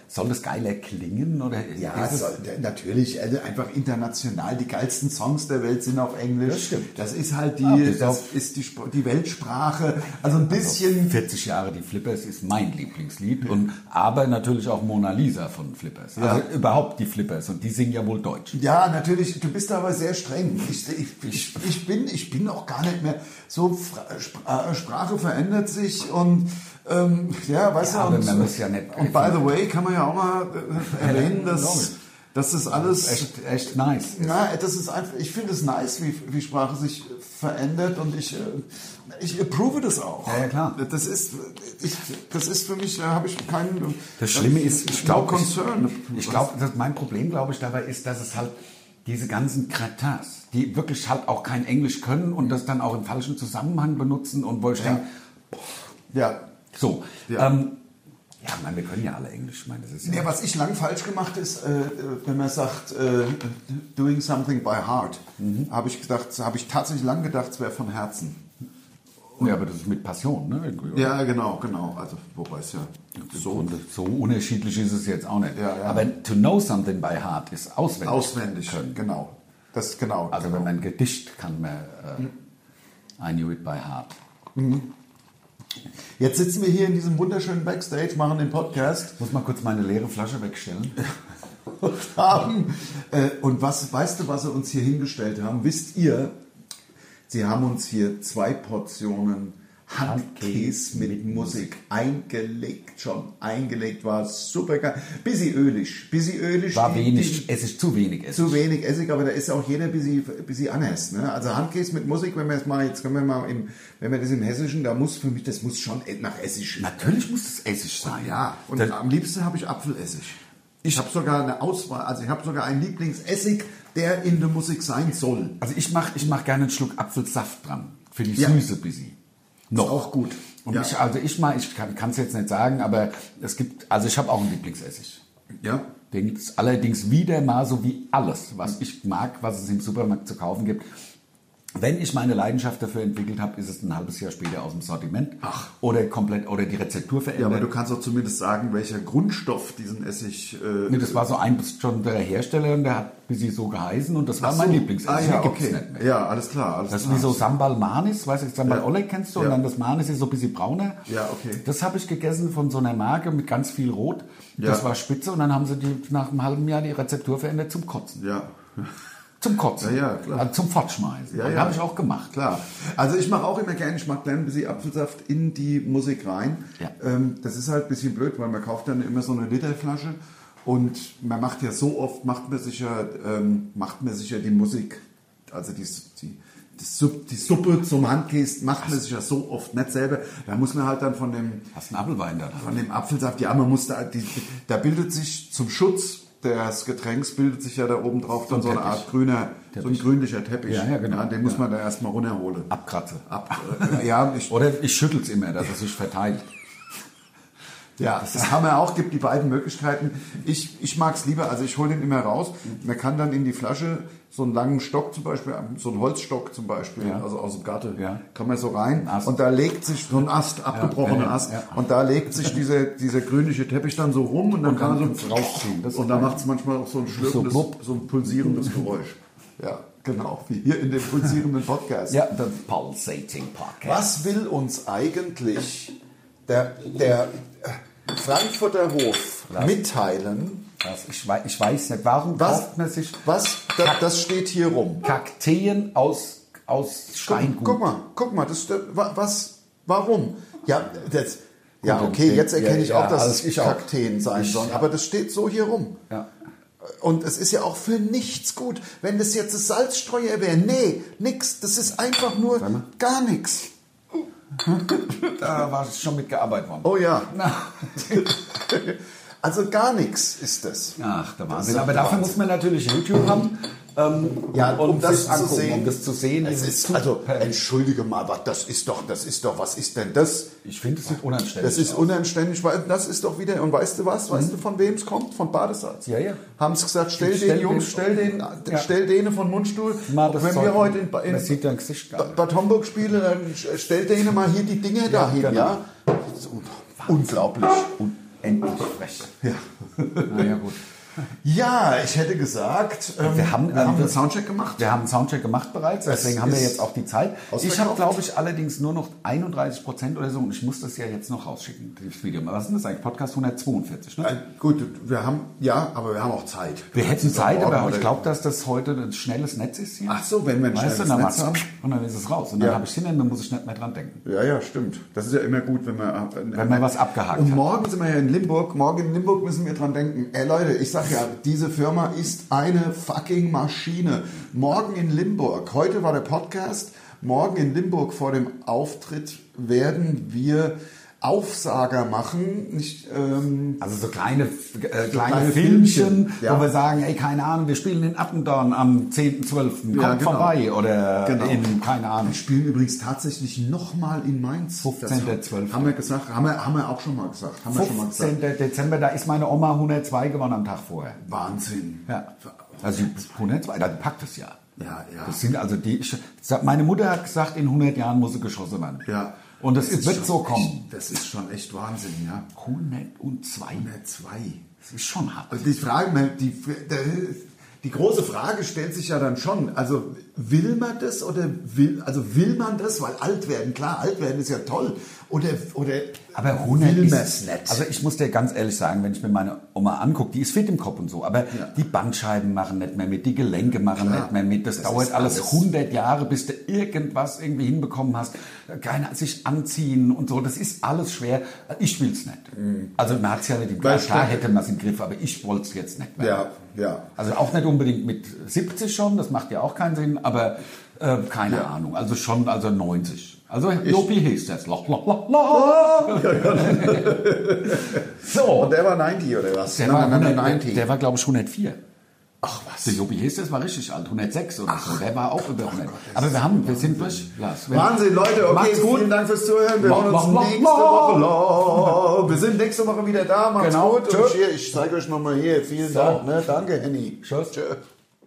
Speaker 3: soll das geiler klingen oder
Speaker 4: Ja,
Speaker 3: ist es,
Speaker 4: soll- d- natürlich. Also einfach international. Die geilsten Songs der Welt sind auf Englisch.
Speaker 3: Das stimmt.
Speaker 4: Das ist halt die,
Speaker 3: Ah, bis
Speaker 4: das
Speaker 3: auf-
Speaker 4: ist die, Sp- die Weltsprache. Also ein bisschen.
Speaker 3: 40 Jahre die Flippers ist mein Lieblingslied und aber natürlich auch Mona Lisa von Flippers. Also überhaupt die Flippers und die singen ja wohl Deutsch.
Speaker 4: Ja, natürlich. Du bist aber sehr streng. Ich, ich, ich, ich, bin, ich bin auch gar nicht mehr so. Fra Spr- äh, Sprache verändert sich und ähm, ja, weißt
Speaker 3: Ja,
Speaker 4: du.
Speaker 3: aber
Speaker 4: Und,
Speaker 3: man muss ja nicht-
Speaker 4: und by the way, kann man ja auch mal
Speaker 3: <laughs>
Speaker 4: äh, erwähnen,
Speaker 3: logisch.
Speaker 4: dass, dass das alles.
Speaker 3: Echt, echt nice.
Speaker 4: Na, das ist einfach, ich finde es nice, wie, wie Sprache sich äh, verändert und ich, äh, ich approve das auch.
Speaker 3: Ja, ja, klar.
Speaker 4: Das ist, ich, das ist für mich, da habe ich keinen. äh,
Speaker 3: Das Schlimme ist, ich glaube,
Speaker 4: No concern.
Speaker 3: Ich, ich glaube, dass mein Problem, glaube ich, dabei ist, dass es halt diese ganzen Kratars, die wirklich halt auch kein Englisch können und das dann auch im falschen Zusammenhang benutzen und wo ich denke,
Speaker 4: Ja.
Speaker 3: so.
Speaker 4: Ja.
Speaker 3: Ähm, ja, ich meine, wir können ja alle Englisch, ich meine, das ist ja.
Speaker 4: ja. Was ich lang falsch gemacht ist, äh, äh, wenn man sagt, äh, doing something by heart,
Speaker 3: Mhm.
Speaker 4: habe ich gedacht, habe ich tatsächlich lang gedacht, es wäre von Herzen.
Speaker 3: ja, aber das ist mit Passion, ne? Irgendwie, oder?
Speaker 4: Ja, genau, genau. Also, wobei es ja
Speaker 3: So, und so unterschiedlich ist es jetzt auch nicht.
Speaker 4: Ja, ja.
Speaker 3: Aber to know something by heart ist auswendig.
Speaker 4: auswendig, genau. Das, genau.
Speaker 3: Also
Speaker 4: genau.
Speaker 3: wenn man ein Gedicht kann man äh, I knew it by heart.
Speaker 4: Jetzt sitzen wir hier in diesem wunderschönen Backstage, machen den Podcast
Speaker 3: Ich muss mal kurz meine leere
Speaker 4: <laughs>
Speaker 3: Flasche wegstellen.
Speaker 4: und haben. Äh, und was, weißt du, was sie uns hier hingestellt haben? Wisst ihr, sie haben uns hier zwei Portionen Handkäse mit Musik eingelegt, schon eingelegt, war super geil. Bisschen ölig, bisschen ölig.
Speaker 3: War
Speaker 4: Die-
Speaker 3: wenig,
Speaker 4: die-
Speaker 3: es ist zu wenig. Es
Speaker 4: Zu wenig Essig, aber da ist auch jeder bisschen, bisschen anders. Ne? Also Handkäse mit Musik, wenn wir das mal, jetzt können wir mal, im, wenn wir das im Hessischen, da muss für mich, das muss schon e- nach Essig schmecken.
Speaker 3: Natürlich muss es Essig sein.
Speaker 4: Ja, und
Speaker 3: Dann-
Speaker 4: am liebsten habe ich Apfelessig. Ich habe sogar eine Auswahl, also ich habe sogar einen Lieblingsessig, der in der Musik sein soll.
Speaker 3: also ich mache ich mach gerne einen Schluck Apfelsaft dran. Für die
Speaker 4: Ja.
Speaker 3: Süße bisschen. Noch.
Speaker 4: auch gut.
Speaker 3: Und
Speaker 4: Ja.
Speaker 3: ich, also ich mal, ich kann es jetzt nicht sagen, aber es gibt, also ich habe auch einen Lieblingsessig.
Speaker 4: Ja.
Speaker 3: Den gibt es allerdings wieder mal so wie alles, was ich mag, was es im Supermarkt zu kaufen gibt. Wenn ich meine Leidenschaft dafür entwickelt habe, ist es ein halbes Jahr später aus dem Sortiment
Speaker 4: Ach.
Speaker 3: oder komplett oder die Rezeptur
Speaker 4: Ja,
Speaker 3: verändert.
Speaker 4: aber du kannst doch zumindest sagen, welcher Grundstoff diesen Essig. Äh,
Speaker 3: Nee, das war so ein schon der Hersteller und der hat bis sie so geheißen und das war mein Lieblingsessig.
Speaker 4: Ah, ja,
Speaker 3: Den gibt's
Speaker 4: okay.
Speaker 3: nicht mehr.
Speaker 4: Ja, alles klar. Alles
Speaker 3: Das ist
Speaker 4: klar.
Speaker 3: wie so Sambal Manis, weißt du, Sambal
Speaker 4: Ja.
Speaker 3: Oleg kennst du
Speaker 4: Ja.
Speaker 3: und dann das Manis ist so ein bisschen brauner.
Speaker 4: Ja, okay.
Speaker 3: Das habe ich gegessen von so einer Marke mit ganz viel Rot.
Speaker 4: Ja.
Speaker 3: Das war spitze und dann haben sie die, nach einem halben Jahr die Rezeptur verändert zum Kotzen.
Speaker 4: Ja,
Speaker 3: Zum Kotzen.
Speaker 4: Ja, ja, klar.
Speaker 3: Also zum Fortschmeißen.
Speaker 4: Ja,
Speaker 3: Und
Speaker 4: ja.
Speaker 3: Habe ich auch gemacht.
Speaker 4: klar. Also ich mache auch immer gerne, ich mache gerne ein bisschen Apfelsaft in die Musik rein.
Speaker 3: Ja.
Speaker 4: Ähm, das ist halt ein bisschen blöd, weil man kauft dann immer so eine Literflasche und man macht ja so oft, macht man sich ja, ähm, macht man sich ja die Musik, also die, die, die, Supp, die Suppe zum Handkäse macht man sich ja so oft nicht selber. Da muss man halt dann von dem
Speaker 3: Hast einen Apfelwein da
Speaker 4: von dem Apfelsaft, ja, man muss da, die, da bildet sich zum Schutz des Getränks bildet sich ja da oben drauf dann so eine
Speaker 3: Teppich.
Speaker 4: Art grüner, so ein
Speaker 3: Teppich.
Speaker 4: grünlicher Teppich.
Speaker 3: Ja, ja, genau.
Speaker 4: den muss man da erstmal runterholen.
Speaker 3: Abkratze.
Speaker 4: Ab, äh, ja, ich,
Speaker 3: <laughs> Oder ich schüttel es immer, dass es sich verteilt.
Speaker 4: ja, das haben wir auch, gibt die beiden Möglichkeiten. Ich, ich mag's lieber, also ich hole den immer raus.
Speaker 3: Mhm.
Speaker 4: Man kann dann in die Flasche so einen langen Stock zum Beispiel, so einen Holzstock zum Beispiel,
Speaker 3: Ja.
Speaker 4: also aus dem Garten,
Speaker 3: Ja.
Speaker 4: kann man so rein
Speaker 3: Ast.
Speaker 4: und da legt sich so ein Ast, abgebrochener
Speaker 3: ja, ja,
Speaker 4: Ast,
Speaker 3: ja.
Speaker 4: und da legt sich dieser, dieser grünliche Teppich dann so rum und dann
Speaker 3: Und
Speaker 4: kann
Speaker 3: dann
Speaker 4: man
Speaker 3: kannst
Speaker 4: so
Speaker 3: du rausziehen. Das ist
Speaker 4: und da
Speaker 3: geil.
Speaker 4: macht's manchmal auch so ein schlürfendes,
Speaker 3: So Mhm. blub.
Speaker 4: so ein pulsierendes Geräusch. Ja, genau, wie hier in dem pulsierenden Podcast.
Speaker 3: Ja, the pulsating podcast.
Speaker 4: Was will uns eigentlich der, der äh, Frankfurter Hof mitteilen?
Speaker 3: Was? Ich, weiß, ich weiß nicht, warum
Speaker 4: Was,
Speaker 3: kauft man sich
Speaker 4: was da, das steht hier rum.
Speaker 3: Kakteen aus, aus Steingut?
Speaker 4: Guck, guck mal, guck mal, das, da- wa- was, warum? Ja, das, ja
Speaker 3: Gut,
Speaker 4: okay,
Speaker 3: den-
Speaker 4: jetzt erkenne
Speaker 3: ja,
Speaker 4: ich
Speaker 3: ja,
Speaker 4: auch, dass
Speaker 3: alles-
Speaker 4: es
Speaker 3: ich auch.
Speaker 4: Kakteen sein
Speaker 3: Ich-
Speaker 4: sollen, aber das steht so hier rum.
Speaker 3: Ja.
Speaker 4: Und es ist ja auch für nichts gut, wenn das jetzt das Salzstreuer wäre. Nee, nix, das ist einfach nur gar nichts.
Speaker 3: Da war ich schon mitgearbeitet worden.
Speaker 4: Oh ja.
Speaker 3: <laughs> Na.
Speaker 4: Also gar nichts ist das.
Speaker 3: Ach, der
Speaker 4: Das ist
Speaker 3: Wahnsinn.
Speaker 4: der
Speaker 3: Aber dafür
Speaker 4: Wahnsinn.
Speaker 3: muss man natürlich YouTube haben, ähm,
Speaker 4: Ja, um,
Speaker 3: und
Speaker 4: das
Speaker 3: sich
Speaker 4: zu
Speaker 3: angucken,
Speaker 4: sehen.
Speaker 3: um das zu sehen.
Speaker 4: Es
Speaker 3: Dieses
Speaker 4: ist, also,
Speaker 3: Super-
Speaker 4: entschuldige mal, was, das ist doch, das ist doch, was ist denn das?
Speaker 3: ich finde, es sieht unanständig
Speaker 4: Das ist
Speaker 3: aus.
Speaker 4: unanständig, weil das ist doch wieder, und weißt du was, weißt du von wem es kommt? Von Badesalz.
Speaker 3: Mhm. Ja, ja.
Speaker 4: Haben sie gesagt, stell,
Speaker 3: Stell
Speaker 4: den Jungs,
Speaker 3: den-
Speaker 4: stell den,
Speaker 3: Ja.
Speaker 4: stell denen von Mundstuhl,
Speaker 3: Mal
Speaker 4: auch
Speaker 3: das
Speaker 4: wenn
Speaker 3: Zeug-
Speaker 4: wir heute in, Ba- in
Speaker 3: Man sieht dein Gesicht gar nicht.
Speaker 4: Bad Homburg spielen, dann stellt denen mal hier die Dinger dahin,
Speaker 3: genau.
Speaker 4: ja? So,
Speaker 5: Unglaublich.
Speaker 3: Endlich frech. <laughs>
Speaker 4: Ja.
Speaker 3: Naja, gut.
Speaker 4: ja, ich hätte gesagt, ähm,
Speaker 3: Wir haben, ähm,
Speaker 4: einen Soundcheck gemacht.
Speaker 3: Wir haben einen Soundcheck gemacht bereits, deswegen haben wir
Speaker 4: ist
Speaker 3: jetzt auch die Zeit. Ich habe,
Speaker 4: ausverkauft.
Speaker 3: glaube ich, allerdings nur noch 31 Prozent oder so und ich muss das ja jetzt noch rausschicken, dieses Video. Was ist denn das eigentlich? Podcast 142, ne?
Speaker 4: Äh, gut, wir haben, ja, aber wir haben auch Zeit.
Speaker 3: Wir hätten Zeit,
Speaker 4: Morgen
Speaker 3: aber
Speaker 4: oder-
Speaker 3: ich glaube, dass das heute ein schnelles Netz ist hier.
Speaker 4: Ach so, wenn wir ein
Speaker 3: weißt du,
Speaker 4: schnelles
Speaker 3: dann
Speaker 4: Netz
Speaker 3: machst
Speaker 4: haben.
Speaker 3: du- Und dann ist es raus. Und dann
Speaker 4: Ja.
Speaker 3: habe ich hin, dann muss ich nicht mehr dran denken.
Speaker 4: Ja, ja, stimmt. Das ist ja immer gut, wenn man,
Speaker 3: Wenn man was abgehakt
Speaker 4: Und
Speaker 3: hat.
Speaker 4: morgen sind wir ja in Limburg. Morgen in Limburg müssen wir dran denken. Ey Leute, ich sag ja, diese Firma ist eine fucking Maschine. Morgen in Limburg. Heute war der Podcast. Morgen in Limburg vor dem Auftritt werden wir Aufsager machen. Nicht, ähm,
Speaker 3: Also so kleine, äh, kleine,
Speaker 4: kleine
Speaker 3: Filmchen,
Speaker 4: Filmchen, ja.
Speaker 3: wo wir sagen, ey, keine Ahnung, wir spielen in Attendorn am 10.12. Kommt
Speaker 4: Ja, genau.
Speaker 3: vorbei oder
Speaker 4: Genau.
Speaker 3: in, keine Ahnung.
Speaker 4: wir spielen übrigens tatsächlich nochmal in Mainz.
Speaker 3: 15.12..
Speaker 4: Das Haben wir gesagt, haben wir, haben wir auch schon mal gesagt. Haben wir schon mal gesagt.
Speaker 3: 15. Dezember, da ist meine Oma 102 geworden am Tag vorher.
Speaker 4: Wahnsinn.
Speaker 3: Ja. Also 102, dann packt es ja.
Speaker 4: Ja, ja.
Speaker 3: Das sind also die, ich, sag, meine Mutter hat gesagt, in 100 Jahren muss sie geschossen werden.
Speaker 4: Ja.
Speaker 3: Und das,
Speaker 4: ist
Speaker 3: wird
Speaker 4: schon
Speaker 3: so
Speaker 4: echt-
Speaker 3: kommen.
Speaker 4: Das ist schon echt Wahnsinn, ja.
Speaker 3: 102,
Speaker 4: Mehr zwei.
Speaker 3: das ist schon hart.
Speaker 4: Und die Frage, die, die große Frage stellt sich ja dann schon, also will man das oder will, also will man das, weil alt werden, klar, alt werden ist ja toll, oder, oder
Speaker 3: Aber 100
Speaker 4: will
Speaker 3: ist,
Speaker 4: man's nicht?
Speaker 3: Also ich muss dir ganz ehrlich sagen, wenn ich mir meine Oma angucke, die ist fit im Kopf und so, aber die Bandscheiben machen nicht mehr mit, die Gelenke machen
Speaker 4: Klar.
Speaker 3: nicht mehr mit. Das,
Speaker 4: Das
Speaker 3: dauert
Speaker 4: ist
Speaker 3: alles,
Speaker 4: alles.
Speaker 3: 100 Jahre, bis du irgendwas irgendwie hinbekommen hast. Keine, sich anziehen und so, das ist alles schwer. Ich will's nicht. Also man hat's ja nicht im
Speaker 4: Mhm. Weil
Speaker 3: Griff. Klar
Speaker 4: ich-
Speaker 3: hätte man es im Griff, aber ich wollte es jetzt nicht mehr.
Speaker 4: ja, ja.
Speaker 3: Also auch nicht unbedingt mit 70 schon, das macht ja auch keinen Sinn, aber äh, keine Ahnung. Also schon, also 90. Also Jopi hieß das. Loch, loch, loch, loch. <laughs> so.
Speaker 4: Und der war 90 oder was?
Speaker 3: Der
Speaker 4: Nein,
Speaker 3: war,
Speaker 4: nein, nein,
Speaker 3: 100,
Speaker 4: 90.
Speaker 3: der war, glaube ich, 104. Ach was. Der Jopi hieß das war richtig alt, 106 oder so. Der war auch über 100. aber wir haben, wir sind durch. Lars, wir-
Speaker 4: Wahnsinn, Leute. Okay,
Speaker 3: Macht's gut.
Speaker 4: vielen Dank fürs Zuhören. Wir
Speaker 3: Mach,
Speaker 4: hören uns
Speaker 3: mach, mach,
Speaker 4: nächste
Speaker 3: mach.
Speaker 4: Woche. Lo. Wir sind nächste Woche wieder da. Macht's
Speaker 3: Genau.
Speaker 4: gut.
Speaker 3: Tschö.
Speaker 4: Und hier, ich zeige euch nochmal hier. Vielen Dank. Ne? Danke, Henny.
Speaker 3: Tschüss.
Speaker 4: Tschö.